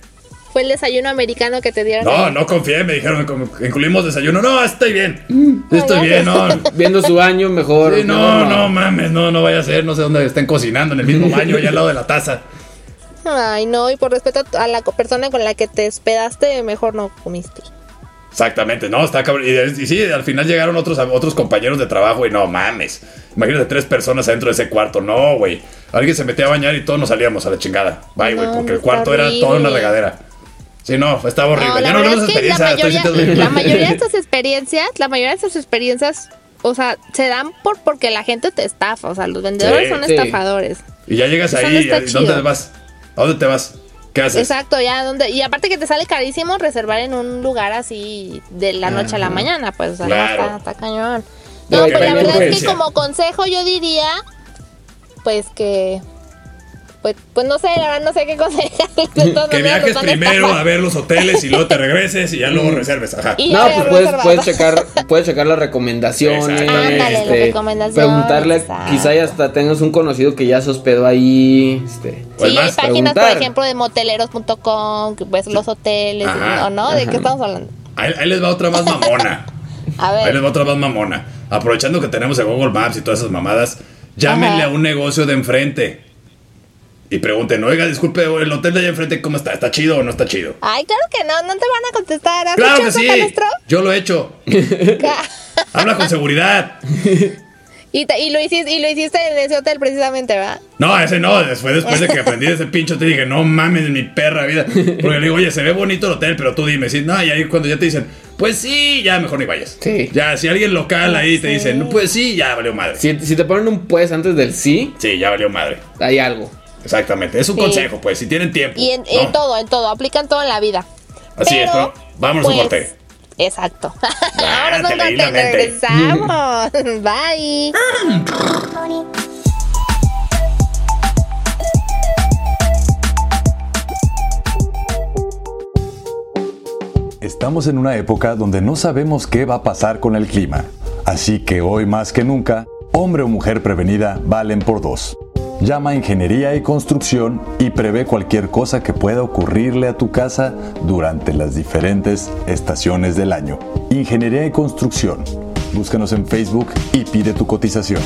Speaker 3: Fue el desayuno americano que te dieron
Speaker 4: No,
Speaker 3: ahí.
Speaker 4: no confié. Me dijeron, como, incluimos desayuno. No, estoy bien. Estoy bien, no.
Speaker 5: Viendo su baño, mejor.
Speaker 4: Sí, no, no mames, no, no vaya a ser. No sé dónde estén cocinando, en el mismo baño, allá al lado de la taza.
Speaker 3: Ay, no, y por respeto a la co- persona con la que te hospedaste, mejor no comiste.
Speaker 4: Exactamente, no, está cabrón. Y, de- y sí, al final llegaron otros, otros compañeros de trabajo y no mames. Imagínate tres personas adentro de ese cuarto. No, güey. Alguien se metía a bañar y todos nos salíamos a la chingada. Bye, güey,
Speaker 3: No,
Speaker 4: porque el
Speaker 3: está
Speaker 4: cuarto era
Speaker 3: horrible.
Speaker 4: toda una regadera. Sí, no, estaba horrible.
Speaker 3: No,
Speaker 4: ya
Speaker 3: la
Speaker 4: no
Speaker 3: verdad
Speaker 4: hablamos
Speaker 3: es
Speaker 4: de
Speaker 3: que la
Speaker 4: experiencia.
Speaker 3: mayoría,
Speaker 4: estoy sintiendo-
Speaker 3: la mayoría de estas experiencias, la mayoría de estas experiencias, o sea, se dan por porque la gente te estafa, o sea, los vendedores
Speaker 4: Sí,
Speaker 3: son
Speaker 5: sí.
Speaker 3: estafadores.
Speaker 4: Y ya llegas
Speaker 3: Eso no
Speaker 4: ahí,
Speaker 3: está
Speaker 4: ¿y ¿dónde
Speaker 3: chido.
Speaker 4: vas? ¿A dónde te vas? ¿Qué haces?
Speaker 3: Exacto, ya donde y aparte que te sale carísimo reservar en un lugar así de la noche a la mañana, pues o sea,
Speaker 4: Claro.
Speaker 3: está, está cañón.
Speaker 5: No,
Speaker 3: No,
Speaker 5: que
Speaker 3: pues la
Speaker 5: hay
Speaker 3: verdad es que
Speaker 4: influencia.
Speaker 3: como consejo yo diría pues que pues, pues no sé, la verdad no sé qué aconsejarles. de todas maneras,
Speaker 4: Que
Speaker 3: nos
Speaker 4: viajes
Speaker 3: van a
Speaker 4: primero
Speaker 3: estafar.
Speaker 4: a ver los hoteles y luego te regreses y ya luego reserves. Ajá.
Speaker 3: Y
Speaker 5: No,
Speaker 3: ya
Speaker 5: pues
Speaker 3: habíamos
Speaker 5: puedes,
Speaker 3: reservado.
Speaker 5: puedes checar, puedes checar las recomendaciones.
Speaker 4: Exactamente. Ándale,
Speaker 5: este,
Speaker 3: las recomendaciones,
Speaker 5: Preguntarle,
Speaker 3: exacto.
Speaker 5: quizá ya hasta tengas un conocido que ya se hospedó ahí. Este,
Speaker 4: O el
Speaker 3: Sí, hay
Speaker 4: pues, más,
Speaker 3: páginas, por
Speaker 5: preguntar.
Speaker 3: ejemplo, de moteleros.com, que ves los hoteles,
Speaker 4: Ajá,
Speaker 3: ¿o no? ¿De qué estamos hablando?
Speaker 4: Ahí- ahí les va otra más mamona.
Speaker 3: A
Speaker 4: Ahí les
Speaker 3: ver,
Speaker 4: va otra más mamona. Aprovechando que tenemos el Google Maps y todas esas mamadas, llámenle
Speaker 3: Ajá.
Speaker 4: a un negocio de enfrente. Y pregunten, oiga, disculpe, el hotel de allá enfrente, ¿cómo está? ¿Está chido o no está chido?
Speaker 3: ay, claro que no, no te van a contestar. ¿Has
Speaker 4: ¡Claro
Speaker 3: hecho
Speaker 4: que
Speaker 3: eso,
Speaker 4: sí!
Speaker 3: Calestro?
Speaker 4: Yo lo he hecho. Habla con seguridad.
Speaker 3: Y, te- y lo hiciste, y lo hiciste en ese hotel precisamente, ¿verdad?
Speaker 4: No, ese no. Después, después de que aprendí de ese pincho, te dije, no mames, mi perra vida. Porque le digo, oye, se ve bonito el hotel, pero tú dime. Sí, no, y ahí cuando ya te dicen, pues sí, ya mejor ni vayas.
Speaker 5: Sí.
Speaker 4: Ya, si alguien local
Speaker 3: Ah,
Speaker 4: ahí te dice, "No, pues sí, ya valió madre.
Speaker 5: Si, si te ponen un pues antes del sí,
Speaker 4: Sí, ya valió madre.
Speaker 5: hay algo.
Speaker 4: Exactamente. Es un
Speaker 3: Sí.
Speaker 4: consejo, pues, si tienen tiempo.
Speaker 3: Y en,
Speaker 4: ¿no?
Speaker 3: en todo, en todo, aplican todo en la vida.
Speaker 4: Así es,
Speaker 3: Pero,
Speaker 4: ¿no? Vámonos a un
Speaker 3: pues,
Speaker 4: corte.
Speaker 3: Exacto.
Speaker 4: Ah,
Speaker 3: Ahora
Speaker 4: te
Speaker 3: son
Speaker 4: leí la
Speaker 3: corte,
Speaker 4: mente.
Speaker 3: regresamos. Bye.
Speaker 7: Estamos en una época donde no sabemos qué va a pasar con el clima, así que hoy más que nunca, hombre o mujer prevenida valen por dos. Llama a Ingeniería y Construcción y prevé cualquier cosa que pueda ocurrirle a tu casa durante las diferentes estaciones del año. Ingeniería y Construcción. Búscanos en Facebook y pide tu cotización.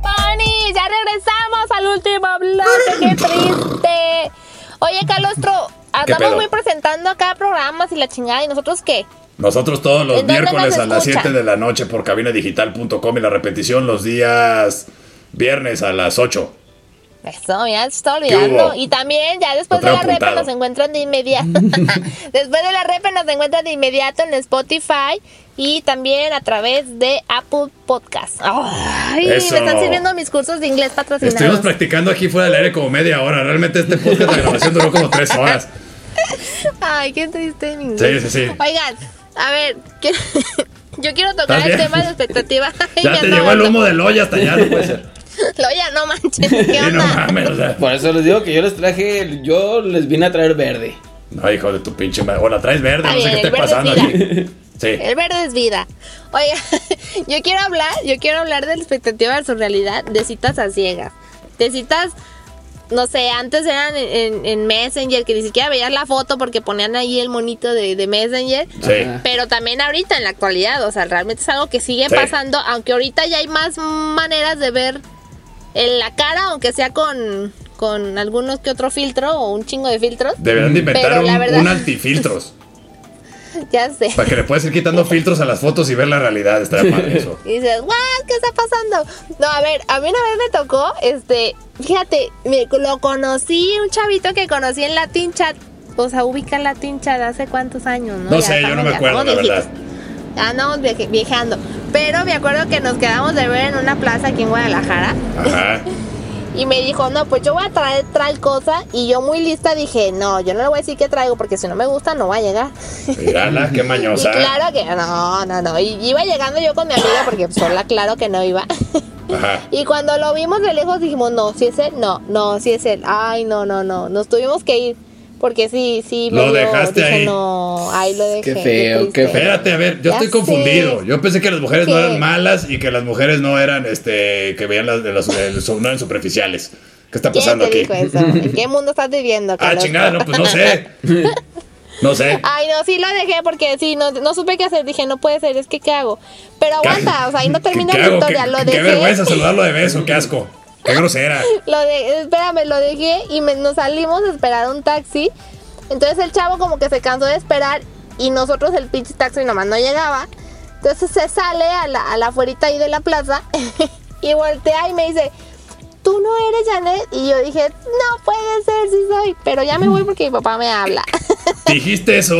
Speaker 3: Pony, ya regresamos al último bloque, qué triste. Oye, Calostro,
Speaker 4: pedo?
Speaker 3: estamos muy presentando acá programas y la chingada, ¿y nosotros qué?
Speaker 4: Nosotros todos los
Speaker 3: ¿En dónde
Speaker 4: miércoles
Speaker 3: nos
Speaker 4: a las
Speaker 3: escuchan?
Speaker 4: 7 de la noche por cabinadigital.com y la repetición los días viernes a las 8.
Speaker 3: Eso, ya se está
Speaker 4: hubo?
Speaker 3: olvidando. Y también, ya después
Speaker 4: Lo
Speaker 3: de la
Speaker 4: traigo
Speaker 3: repa
Speaker 4: apuntado.
Speaker 3: nos encuentran de inmediato. después de la repa nos encuentran de inmediato en Spotify y también a través de Apple Podcast. Ay,
Speaker 4: Eso.
Speaker 3: me están sirviendo mis cursos de inglés
Speaker 4: Estuvimos
Speaker 3: patrocinados.
Speaker 4: practicando aquí fuera del aire como media hora. Realmente este podcast de grabación duró como 3 horas.
Speaker 3: Ay, qué triste mi
Speaker 4: Sí,
Speaker 3: inglés.
Speaker 4: sí, sí.
Speaker 3: Oigan, a ver, quiero- yo quiero tocar
Speaker 4: ¿Estás
Speaker 3: el
Speaker 4: bien?
Speaker 3: tema de expectativa. Ay,
Speaker 4: Ya te
Speaker 3: no
Speaker 4: llegó el
Speaker 3: aguanto.
Speaker 4: humo del hoyo hasta allá, no puede ser.
Speaker 3: Lo ya no manches, ¿qué
Speaker 4: Sí, no
Speaker 3: onda?
Speaker 4: mames, o sea.
Speaker 5: Por eso les digo que yo les traje, yo les vine a traer verde.
Speaker 4: No, hijo de tu pinche madre. O la traes verde,
Speaker 3: Está
Speaker 4: no sé
Speaker 3: bien,
Speaker 4: qué
Speaker 3: el
Speaker 4: esté
Speaker 3: verde
Speaker 4: pasando
Speaker 3: es
Speaker 4: aquí. Sí.
Speaker 3: El verde es vida. Oiga, yo quiero hablar, yo quiero hablar de la expectativa de su realidad, de citas a ciegas, de citas no sé, antes eran en, en- en Messenger, que ni siquiera veías la foto porque ponían ahí el monito de, de Messenger.
Speaker 4: Sí.
Speaker 5: Ajá.
Speaker 3: Pero también ahorita en la actualidad, o sea, realmente es algo que sigue
Speaker 4: Sí.
Speaker 3: pasando, aunque ahorita ya hay más maneras de ver en la cara, aunque sea con, con algunos que otro filtro o un chingo de filtros.
Speaker 4: Deberían de inventar
Speaker 3: Pero la
Speaker 4: un,
Speaker 3: verdad-
Speaker 4: un antifiltros.
Speaker 3: Ya sé.
Speaker 4: Para que le puedas ir quitando filtros a las fotos y ver la realidad. Estaría padre eso.
Speaker 3: Y dices, "What? ¿Qué está pasando? No, a ver, a mí una vez me tocó, este, fíjate, me, lo conocí, un chavito que conocí en Latin Chat. O sea, ubica Latin Chat hace cuántos años, ¿no?
Speaker 4: No
Speaker 3: Ya
Speaker 4: sé, yo no
Speaker 3: estamos-
Speaker 4: me
Speaker 3: ya
Speaker 4: acuerdo, la
Speaker 3: estamos viejitos.
Speaker 4: verdad.
Speaker 3: Andamos viaje- viajeando. Pero me acuerdo que nos quedamos de ver en una plaza aquí en Guadalajara.
Speaker 4: Ajá.
Speaker 3: Y me dijo, no, pues yo voy a traer tal cosa. Y yo muy lista dije, no, yo no le voy a decir qué traigo porque si no me gusta no va a llegar.
Speaker 4: Mírala, qué
Speaker 3: Y
Speaker 4: mañosa.
Speaker 3: claro que no, no, no. Y iba llegando yo con mi amiga porque pues, sola, claro que no iba.
Speaker 4: Ajá.
Speaker 3: Y cuando lo vimos de lejos dijimos, no, si es él, no, no, si es él. Ay, no, no, no. Nos tuvimos que ir. Porque sí, sí,
Speaker 4: Lo
Speaker 3: medio
Speaker 4: dejaste
Speaker 3: dije,
Speaker 4: ahí.
Speaker 3: No, ahí lo dejé.
Speaker 5: Qué feo,
Speaker 3: triste.
Speaker 5: qué feo.
Speaker 4: Espérate, a ver, yo
Speaker 3: Ya
Speaker 4: estoy
Speaker 3: sé.
Speaker 4: confundido. Yo pensé que las mujeres no
Speaker 3: ¿Qué?
Speaker 4: eran malas y que las mujeres no eran, este, que veían las, de las, de- son- no eran superficiales. ¿Qué está
Speaker 3: ¿Quién
Speaker 4: pasando
Speaker 3: te
Speaker 4: aquí?
Speaker 3: dijo eso? ¿En qué mundo estás viviendo?
Speaker 4: Ah,
Speaker 3: Carlos?
Speaker 4: chingada, no, pues no sé. No sé.
Speaker 3: Ay, no, sí lo dejé porque sí, no, no supe qué hacer. Dije, no puede ser, es que qué hago. Pero
Speaker 4: ¿Qué-
Speaker 3: aguanta, o sea, ahí no
Speaker 4: qué-
Speaker 3: termina
Speaker 4: qué
Speaker 3: la
Speaker 4: hago?
Speaker 3: historia.
Speaker 4: Qué-
Speaker 3: lo
Speaker 4: qué-
Speaker 3: dejé.
Speaker 4: Qué vergüenza saludarlo de beso, qué asco. Qué grosera.
Speaker 3: Lo de, espérame, lo dejé y me- nos salimos a esperar un taxi. Entonces el chavo como que se cansó de esperar y nosotros el pinche taxi nomás no llegaba. Entonces se sale a la, a la afuerita ahí de la plaza y voltea y me dice, ¿tú no eres Janet? Y yo dije, no puede ser, sí soy, pero ya me voy porque mi papá me habla.
Speaker 4: Dijiste eso.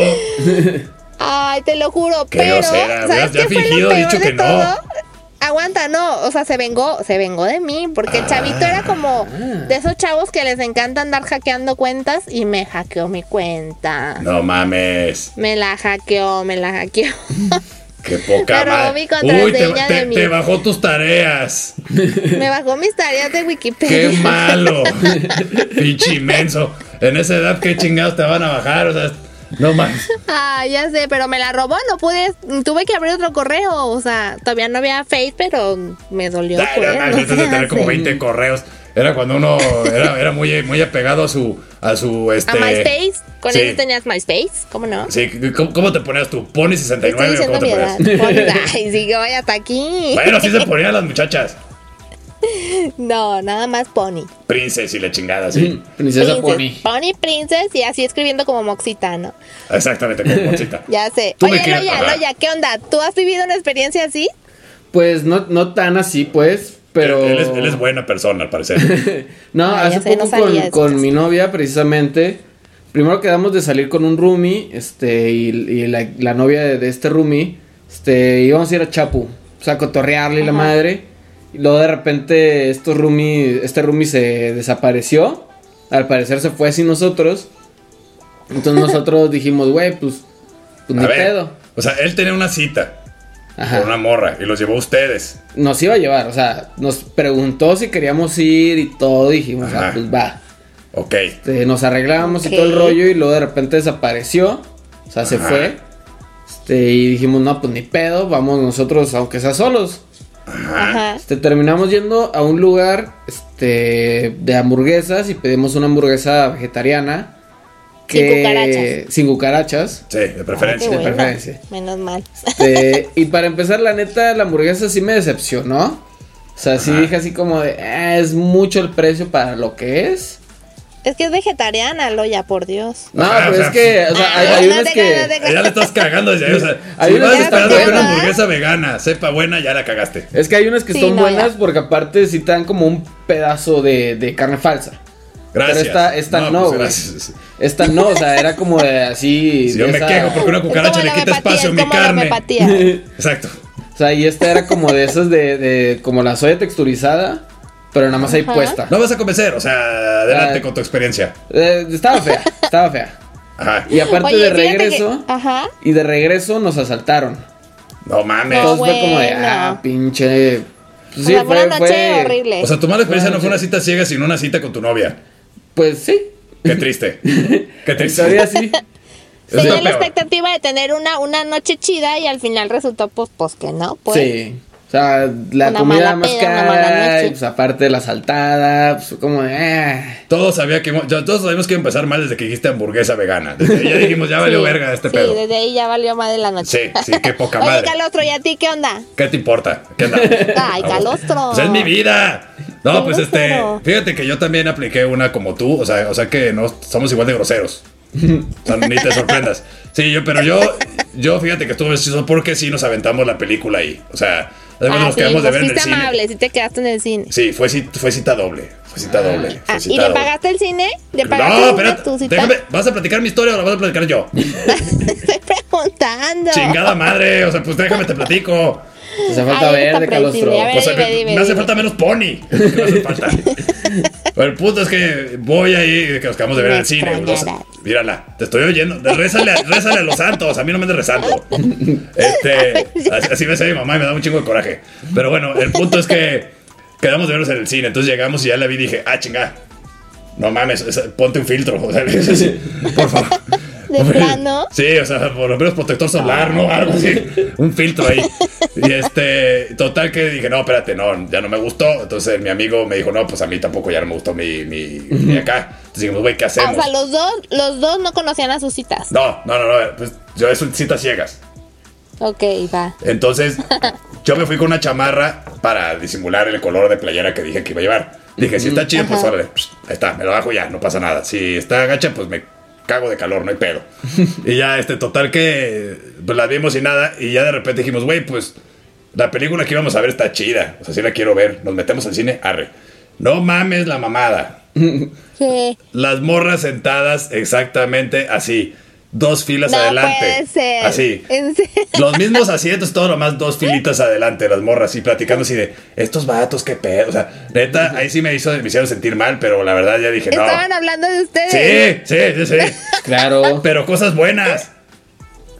Speaker 3: Ay, te lo juro,
Speaker 4: Qué
Speaker 3: pero
Speaker 4: grosera,
Speaker 3: ¿sabes
Speaker 4: hubieras ya
Speaker 3: qué fue
Speaker 4: fingido,
Speaker 3: lo peor
Speaker 4: dicho
Speaker 3: de
Speaker 4: que no.
Speaker 3: todo? Aguanta, no, o sea, se vengó, se vengó de mí, porque el chavito era como
Speaker 4: Ah.
Speaker 3: de esos chavos que les encanta andar hackeando cuentas y me hackeó mi cuenta.
Speaker 4: No mames.
Speaker 3: Me la hackeó, me la hackeó.
Speaker 4: Qué poca
Speaker 3: Me robó
Speaker 4: madre.
Speaker 3: mi contraseña
Speaker 4: Uy, te,
Speaker 3: de
Speaker 4: te-
Speaker 3: mi-
Speaker 4: te bajó tus tareas.
Speaker 3: me bajó mis tareas de Wikipedia.
Speaker 4: Qué malo. Pinche inmenso. En esa edad, qué chingados te van a bajar. O sea, no más.
Speaker 3: Ah, ya sé, pero me la robó, no pude, tuve que abrir otro correo, o sea, todavía no había Face, pero me dolió.
Speaker 4: Ay,
Speaker 3: pues,
Speaker 4: no
Speaker 3: no
Speaker 4: mames, antes de
Speaker 3: sé,
Speaker 4: tener como
Speaker 3: sí.
Speaker 4: 20 correos. Era cuando uno era, era muy, muy apegado a su. A su este,
Speaker 3: A MySpace, con
Speaker 4: sí.
Speaker 3: eso tenías MySpace, ¿cómo no?
Speaker 4: Sí, ¿cómo, cómo te ponías tú? ¿Pony
Speaker 3: Te estoy
Speaker 4: 69 o cómo
Speaker 3: diciendo
Speaker 4: te
Speaker 3: mi edad.
Speaker 4: ponías?
Speaker 3: Ponle- Ay, sí, que vaya hasta aquí.
Speaker 4: Bueno, así se ponían las muchachas.
Speaker 3: No, nada más Pony.
Speaker 4: Princess y la chingada, sí.
Speaker 5: Princesa
Speaker 3: Princess.
Speaker 5: Pony.
Speaker 3: Pony Princess y así escribiendo como Moxitano.
Speaker 4: Exactamente, como bolsita.
Speaker 3: Ya sé.
Speaker 4: Tú me
Speaker 3: Oye,
Speaker 4: quieres
Speaker 3: Loya,
Speaker 4: pagar.
Speaker 3: Loya, ¿qué onda? ¿Tú has vivido una experiencia así?
Speaker 5: Pues no, no tan así, pues, pero...
Speaker 4: Él, él es, él es buena persona, al parecer.
Speaker 5: No,
Speaker 3: Ah, ya
Speaker 5: hace
Speaker 3: sé, no
Speaker 5: poco
Speaker 3: sabía
Speaker 5: con,
Speaker 3: esas
Speaker 5: con
Speaker 3: cosas.
Speaker 5: mi novia, precisamente. Primero quedamos de salir con un roomie, este, y, y la, la novia de, de este roomie, este, íbamos a ir a Chapu, o sea, a cotorrearle y la madre. Y luego de repente estos roomie, este roomie se desapareció, al parecer se fue sin nosotros. Entonces nosotros dijimos, güey, pues, pues ni
Speaker 4: A ver,
Speaker 5: pedo.
Speaker 4: O sea, él tenía una cita
Speaker 5: Ajá.
Speaker 4: con una morra y los llevó a ustedes.
Speaker 5: nos iba a llevar, o sea, nos preguntó si queríamos ir y todo, dijimos,
Speaker 4: Ajá.
Speaker 5: ah, pues va.
Speaker 4: Ok.
Speaker 5: Este, nos arreglamos
Speaker 3: Ok.
Speaker 5: y todo el rollo y luego de repente desapareció, o sea, se
Speaker 4: Ajá.
Speaker 5: fue. Este, y dijimos, no, pues ni pedo, vamos nosotros, aunque sea solos.
Speaker 3: Ajá.
Speaker 5: Este, terminamos yendo a un lugar este, de hamburguesas y pedimos una hamburguesa vegetariana.
Speaker 3: Sin
Speaker 5: que-
Speaker 3: cucarachas.
Speaker 5: Sin cucarachas.
Speaker 4: Sí, de
Speaker 3: Ay, Ah, qué
Speaker 4: preferencia.
Speaker 5: bueno.
Speaker 3: buena.
Speaker 5: preferencia.
Speaker 3: Menos mal.
Speaker 5: Este, y para empezar, la neta, la hamburguesa sí me decepcionó. O sea, sí
Speaker 4: Ajá.
Speaker 5: dije así como de, "Ah, es mucho el precio para lo que es.
Speaker 3: Es que es vegetariana, Loya, por Dios.
Speaker 5: No,
Speaker 4: Ajá,
Speaker 5: pero
Speaker 4: o sea,
Speaker 5: es que, o sea, hay,
Speaker 3: Ah,
Speaker 5: hay
Speaker 3: no
Speaker 5: unas
Speaker 3: te creas, no te
Speaker 5: que...
Speaker 3: creas.
Speaker 4: Ya le estás cagando desde ahí. O sea,
Speaker 5: Hay
Speaker 4: si
Speaker 5: unas
Speaker 4: vas
Speaker 5: que
Speaker 4: esperando
Speaker 5: están
Speaker 4: que una
Speaker 3: buenas.
Speaker 4: hamburguesa vegana sepa buena, ya la cagaste.
Speaker 5: Es que hay unas que
Speaker 3: Sí,
Speaker 5: son
Speaker 3: no,
Speaker 5: buenas
Speaker 3: ya.
Speaker 5: porque aparte sí te dan como un pedazo de, de carne falsa.
Speaker 4: Gracias.
Speaker 5: Pero esta, esta no,
Speaker 4: pues
Speaker 5: güey.
Speaker 4: gracias.
Speaker 5: Esta no, o sea, era como de así...
Speaker 4: Si yo
Speaker 5: de
Speaker 4: me
Speaker 5: esa-
Speaker 4: quejo porque una cucaracha le quita espacio a mi
Speaker 3: es como la
Speaker 4: carne.
Speaker 3: homeopatía.
Speaker 4: Exacto.
Speaker 5: O sea, y esta era como de esas de, de- como la soya texturizada, pero nada más ahí puesta.
Speaker 4: No vas a convencer, o sea, adelante
Speaker 5: Ah.
Speaker 4: con tu experiencia.
Speaker 5: Eh, estaba fea, estaba fea.
Speaker 4: Ajá.
Speaker 5: Y aparte
Speaker 3: Oye,
Speaker 5: de
Speaker 3: fíjate que- ah.
Speaker 5: regreso...
Speaker 3: Ajá.
Speaker 5: Y de regreso nos asaltaron.
Speaker 4: No mames.
Speaker 3: No,
Speaker 5: Entonces fue como de,
Speaker 3: bueno.
Speaker 5: ah, pinche. Pues
Speaker 3: O
Speaker 5: Sí,
Speaker 3: sea, fue
Speaker 5: fue,
Speaker 3: una noche
Speaker 5: fue-
Speaker 3: horrible.
Speaker 4: O sea, tu mala experiencia no
Speaker 5: Bueno,
Speaker 4: fue una
Speaker 5: sí.
Speaker 4: cita ciega, sino una cita con tu novia.
Speaker 5: Pues sí.
Speaker 4: Qué triste. Qué
Speaker 5: La
Speaker 4: triste.
Speaker 5: historia sí.
Speaker 4: Es
Speaker 3: Tenía
Speaker 4: lo
Speaker 3: la
Speaker 4: peor.
Speaker 3: expectativa de tener una, una noche chida y al final resultó, pues, pues que no. Pues.
Speaker 5: Sí. O sea, la
Speaker 3: Una
Speaker 5: comida
Speaker 3: mala
Speaker 5: más
Speaker 3: peda, una mala
Speaker 5: cara,
Speaker 3: noche.
Speaker 5: y, pues aparte la saltada, pues como de... eh.
Speaker 4: Todos, sabía que, ya todos sabemos que iba a empezar mal desde que dijiste hamburguesa vegana. Desde ahí ya dijimos, ya valió
Speaker 3: Sí,
Speaker 4: verga este
Speaker 3: Sí,
Speaker 4: pedo.
Speaker 3: desde ahí ya valió más de la
Speaker 4: Sí,
Speaker 3: noche.
Speaker 4: sí, qué poca
Speaker 9: Oye,
Speaker 4: madre.
Speaker 9: Calostro, ¿y a ti qué onda?
Speaker 4: ¿Qué te importa? ¿Qué andamos?
Speaker 3: Ay, Calostro.
Speaker 4: Pues es mi vida. No, pues este,
Speaker 3: grosero.
Speaker 4: fíjate que yo también apliqué una como tú, o sea, o sea que no somos igual de groseros. O sea, ni te sorprendas. Sí, yo, pero yo, yo fíjate que estuvo chistoso porque sí nos aventamos la película ahí. O sea, además
Speaker 9: Ah,
Speaker 4: nos
Speaker 9: sí,
Speaker 4: quedamos de
Speaker 9: pues
Speaker 4: ver en el
Speaker 9: fuiste
Speaker 4: cine.
Speaker 9: amable, sí te quedaste en el cine.
Speaker 4: Sí, fue, ci- fue cita doble. Fue cita doble. fue
Speaker 9: Ah,
Speaker 4: cita
Speaker 9: ¿Y le
Speaker 4: doble.
Speaker 9: pagaste el cine? ¿Le pagaste
Speaker 4: No,
Speaker 9: el cine tu
Speaker 4: espérate,
Speaker 9: cita?
Speaker 4: déjame, ¿vas a platicar mi historia o la vas a platicar yo?
Speaker 9: Estoy preguntando.
Speaker 4: Chingada madre, o sea, pues déjame te platico.
Speaker 5: Hace pues, falta
Speaker 3: Ay,
Speaker 5: ver
Speaker 3: está
Speaker 5: de Calostro.
Speaker 3: predecible, a ver.
Speaker 4: O sea,
Speaker 9: Dime,
Speaker 4: me,
Speaker 9: dime,
Speaker 4: me hace
Speaker 9: dime.
Speaker 4: falta menos pony. Es lo que me hace falta. Pero el punto es que voy ahí, que nos acabamos de ver en el cine.
Speaker 3: Extrañarás.
Speaker 4: güey. Mírala, te estoy oyendo. De- Rézale, a- rézale a los santos. A mí no me andes rezando. Este, así, así me dice mi mamá y me da un chingo de coraje. Pero bueno, el punto es que quedamos de vernos en el cine. Entonces llegamos y ya la vi y dije, ah, chingada. No mames, esa- ponte un filtro. O sea, por favor.
Speaker 9: De plano.
Speaker 4: Sí, o sea, por lo menos protector solar, ¿no? Algo así. Un filtro ahí. Y este, total que dije, no, espérate, no, ya no me gustó. Entonces mi amigo me dijo, no, pues a mí tampoco ya no me gustó mi, mi, mi acá. Entonces dijimos, güey, ¿qué
Speaker 9: Ah,
Speaker 4: hacemos?
Speaker 9: o sea, los dos, los dos no conocían a sus citas.
Speaker 4: No, no, no, no, pues yo es un cita ciegas.
Speaker 3: Ok, va.
Speaker 4: Entonces yo me fui con una chamarra para disimular el color de playera que dije que iba a llevar. Dije, si está chido, pues
Speaker 3: Ajá.
Speaker 4: órale, psh, ahí está, me lo bajo ya, no pasa nada. Si está gacha, pues me cago de calor, no hay pedo. y ya, este, total que pues, la vimos y nada, y ya de repente dijimos, güey, pues la película que íbamos a ver está chida, o sea, sí la quiero ver, nos metemos al cine, arre. No mames la mamada.
Speaker 3: ¿Qué?
Speaker 4: Las morras sentadas exactamente así, dos filas
Speaker 9: no
Speaker 4: adelante. Ah,
Speaker 9: puede ser.
Speaker 4: Así.
Speaker 9: En serio.
Speaker 4: Los mismos asientos, todo lo más dos filitas adelante, las morras, y platicando así de estos vatos, qué pedo. O sea, neta, ahí sí me, hizo, me hicieron sentir mal, pero la verdad ya dije, no.
Speaker 9: Estaban hablando de ustedes.
Speaker 4: Sí, sí, sí, sí.
Speaker 5: Claro.
Speaker 4: Pero cosas buenas.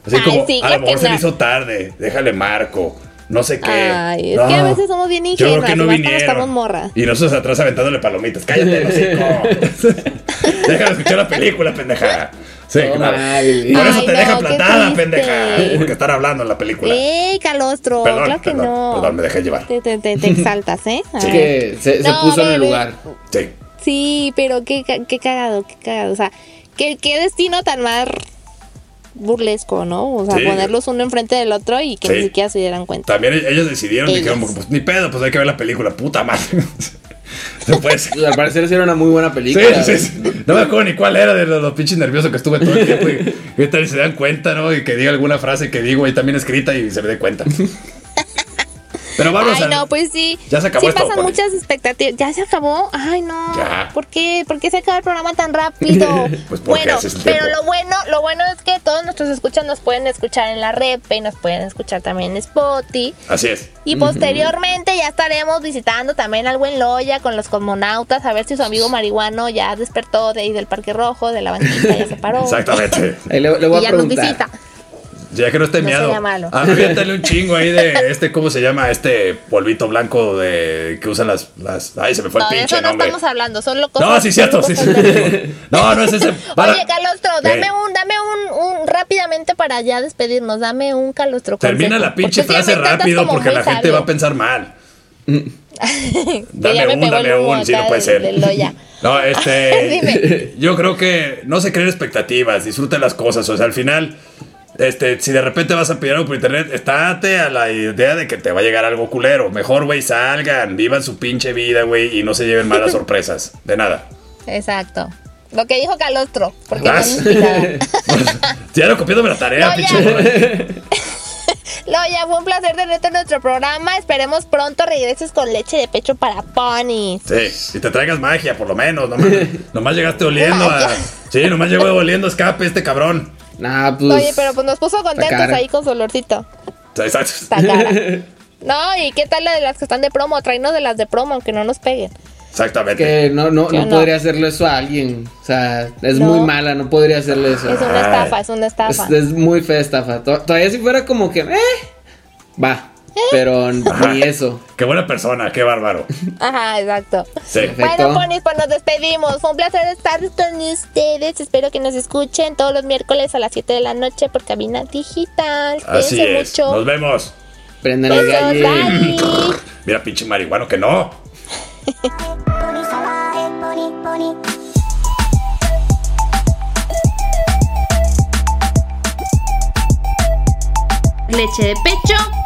Speaker 4: Así
Speaker 9: Ay,
Speaker 4: como,
Speaker 9: sí,
Speaker 4: a
Speaker 9: creo
Speaker 4: lo mejor
Speaker 9: que
Speaker 4: se
Speaker 9: no.
Speaker 4: le hizo tarde, déjale marco, no sé qué.
Speaker 3: Ay, es
Speaker 4: No.
Speaker 3: que a veces somos bien
Speaker 4: Yo creo
Speaker 3: ingenuas.
Speaker 4: que no
Speaker 3: más cuando
Speaker 4: vinieron.
Speaker 3: estamos morra.
Speaker 4: Y nosotros atrás aventándole palomitas. Cállate, los cinco. Déjame escuchar la película, pendeja. Sí,
Speaker 5: No Ah,
Speaker 4: claro.
Speaker 5: mames.
Speaker 4: Por eso
Speaker 3: Ay,
Speaker 4: te
Speaker 3: no,
Speaker 4: deja
Speaker 3: qué
Speaker 4: plantada,
Speaker 3: triste.
Speaker 4: pendeja. Porque estar hablando en la película.
Speaker 3: ¡Ey, Calostro!
Speaker 4: Perdón,
Speaker 3: claro que
Speaker 4: perdón,
Speaker 3: no.
Speaker 4: perdón, me dejé llevar.
Speaker 3: Te, te- te- te exaltas, ¿eh? A
Speaker 5: Es
Speaker 3: ver.
Speaker 5: que se, se
Speaker 3: No,
Speaker 5: puso en el
Speaker 3: bebé.
Speaker 5: lugar.
Speaker 4: Sí.
Speaker 3: Sí, pero qué, ca- qué cagado, qué cagado. O sea, qué, qué destino tan más burlesco, ¿no? O sea,
Speaker 4: Sí.
Speaker 3: ponerlos uno enfrente del otro y que
Speaker 4: Sí.
Speaker 3: ni siquiera se dieran cuenta.
Speaker 4: También e- ellos decidieron,
Speaker 3: Ellas.
Speaker 4: dijeron, pues ni pedo, pues hay que ver la película, puta madre. No puede ser.
Speaker 5: Pues, al parecer sí era una muy buena
Speaker 4: Sí,
Speaker 5: película.
Speaker 4: sí, sí. No me acuerdo ni cuál era de los, los pinches nerviosos que estuve todo el tiempo. Y, y tal, y se dan cuenta, ¿no? Y que diga alguna frase que digo ahí también escrita y se me dé cuenta. Pero vamos
Speaker 3: Ay,
Speaker 4: a.
Speaker 3: no, pues sí.
Speaker 4: Ya se acabó
Speaker 3: Sí
Speaker 4: esto,
Speaker 3: pasan
Speaker 4: Connie.
Speaker 3: muchas expectativas. Ya se acabó. Ay, no.
Speaker 4: Ya.
Speaker 3: ¿Por qué? ¿Por qué se acaba el programa tan rápido?
Speaker 4: Pues porque
Speaker 3: bueno,
Speaker 4: así es el tiempo.
Speaker 3: pero lo bueno, lo bueno es que todos nuestros escuchas nos pueden escuchar en la repe y nos pueden escuchar también en Spotify.
Speaker 4: Así es.
Speaker 3: Y posteriormente ya estaremos visitando también al buen Loya con los cosmonautas, a ver si su amigo marihuano ya despertó de ahí del Parque Rojo, de la banquita, ya se paró.
Speaker 4: Exactamente.
Speaker 5: Ahí le, le voy
Speaker 3: Y
Speaker 5: a
Speaker 3: ya nos visita.
Speaker 5: preguntar.
Speaker 4: Ya que no esté
Speaker 3: No
Speaker 4: miado. Ah,
Speaker 3: sería malo.
Speaker 4: Aviéntale un chingo ahí de este, ¿cómo se llama? Este polvito blanco de que usan las. las ay, se me fue
Speaker 3: No,
Speaker 4: el
Speaker 3: de
Speaker 4: pinche
Speaker 3: eso no
Speaker 4: nombre.
Speaker 3: estamos hablando, solo cosas.
Speaker 4: No, sí, cierto. Sí,
Speaker 3: cosas
Speaker 4: sí. Eh.
Speaker 3: de-
Speaker 4: No, no es ese.
Speaker 3: Oye, Calostro, dame un, dame un, un rápidamente para ya despedirnos, dame un Calostro.
Speaker 4: Termina
Speaker 3: consejo.
Speaker 4: la pinche
Speaker 3: Porque siempre
Speaker 4: frase
Speaker 3: tratas
Speaker 4: rápido
Speaker 3: como
Speaker 4: porque
Speaker 3: muy
Speaker 4: la gente
Speaker 3: sabio.
Speaker 4: va a pensar mal.
Speaker 3: Que ya
Speaker 4: Dame
Speaker 3: me
Speaker 4: un,
Speaker 3: pegó el
Speaker 4: dame
Speaker 3: humo
Speaker 4: un, si no
Speaker 3: acá
Speaker 4: puede
Speaker 3: del-
Speaker 4: ser.
Speaker 3: del Loya.
Speaker 4: No, este.
Speaker 3: Dime.
Speaker 4: yo creo que no se creen expectativas, disfruten las cosas. O sea, al final, este, si de repente vas a pedir algo por internet, estate a la idea de que te va a llegar algo culero. Mejor, güey, salgan, vivan su pinche vida, güey, y no se lleven malas sorpresas. De nada.
Speaker 3: Exacto. Lo que dijo Calostro, porque
Speaker 4: Ah,
Speaker 3: no
Speaker 4: sí.
Speaker 3: inspirada.
Speaker 4: Ya no copiándome la tarea,
Speaker 3: No,
Speaker 4: pinche.
Speaker 3: ya.
Speaker 4: morra.
Speaker 3: Loya, fue un placer tenerte en nuestro programa. Esperemos pronto regreses con leche de pecho para ponies.
Speaker 4: Sí, si te traigas magia, por lo menos. Nomás, nomás llegaste oliendo a.
Speaker 3: Magia.
Speaker 4: Sí, nomás llegó oliendo a escape este cabrón.
Speaker 5: Nah, pues.
Speaker 3: Oye, pero pues nos puso contentos
Speaker 5: cara.
Speaker 3: ahí con su olorcito.
Speaker 4: Exacto.
Speaker 3: Está cara. No, ¿y qué tal la de las que están de promo? Traenos de las de promo, aunque no nos peguen.
Speaker 4: Exactamente.
Speaker 5: Que no, no,
Speaker 3: Yo
Speaker 5: no
Speaker 3: no.
Speaker 5: podría hacerle eso a alguien. O sea, es
Speaker 3: No.
Speaker 5: muy mala, no podría hacerle eso.
Speaker 3: Es una estafa, es una
Speaker 5: Es,
Speaker 3: estafa.
Speaker 5: es muy fea estafa. To- Todavía si fuera como que, eh, va.
Speaker 3: ¿Eh?
Speaker 5: Pero
Speaker 4: Ajá.
Speaker 5: ni eso.
Speaker 4: Qué buena persona, qué bárbaro.
Speaker 3: Ajá, exacto.
Speaker 4: Sí.
Speaker 3: Bueno,
Speaker 5: Perfecto.
Speaker 3: ponis, pues nos despedimos. Fue un placer estar con ustedes. Espero que nos escuchen todos los miércoles a las 7 de la noche por cabina digital.
Speaker 4: Así
Speaker 3: Cuídense
Speaker 4: es. Nos vemos.
Speaker 5: Prendan el
Speaker 10: Besos,
Speaker 5: galle.
Speaker 10: bye.
Speaker 4: Mira, pinche marihuano, que no.
Speaker 1: pony salvaje, pony, pony.
Speaker 2: Leche de pecho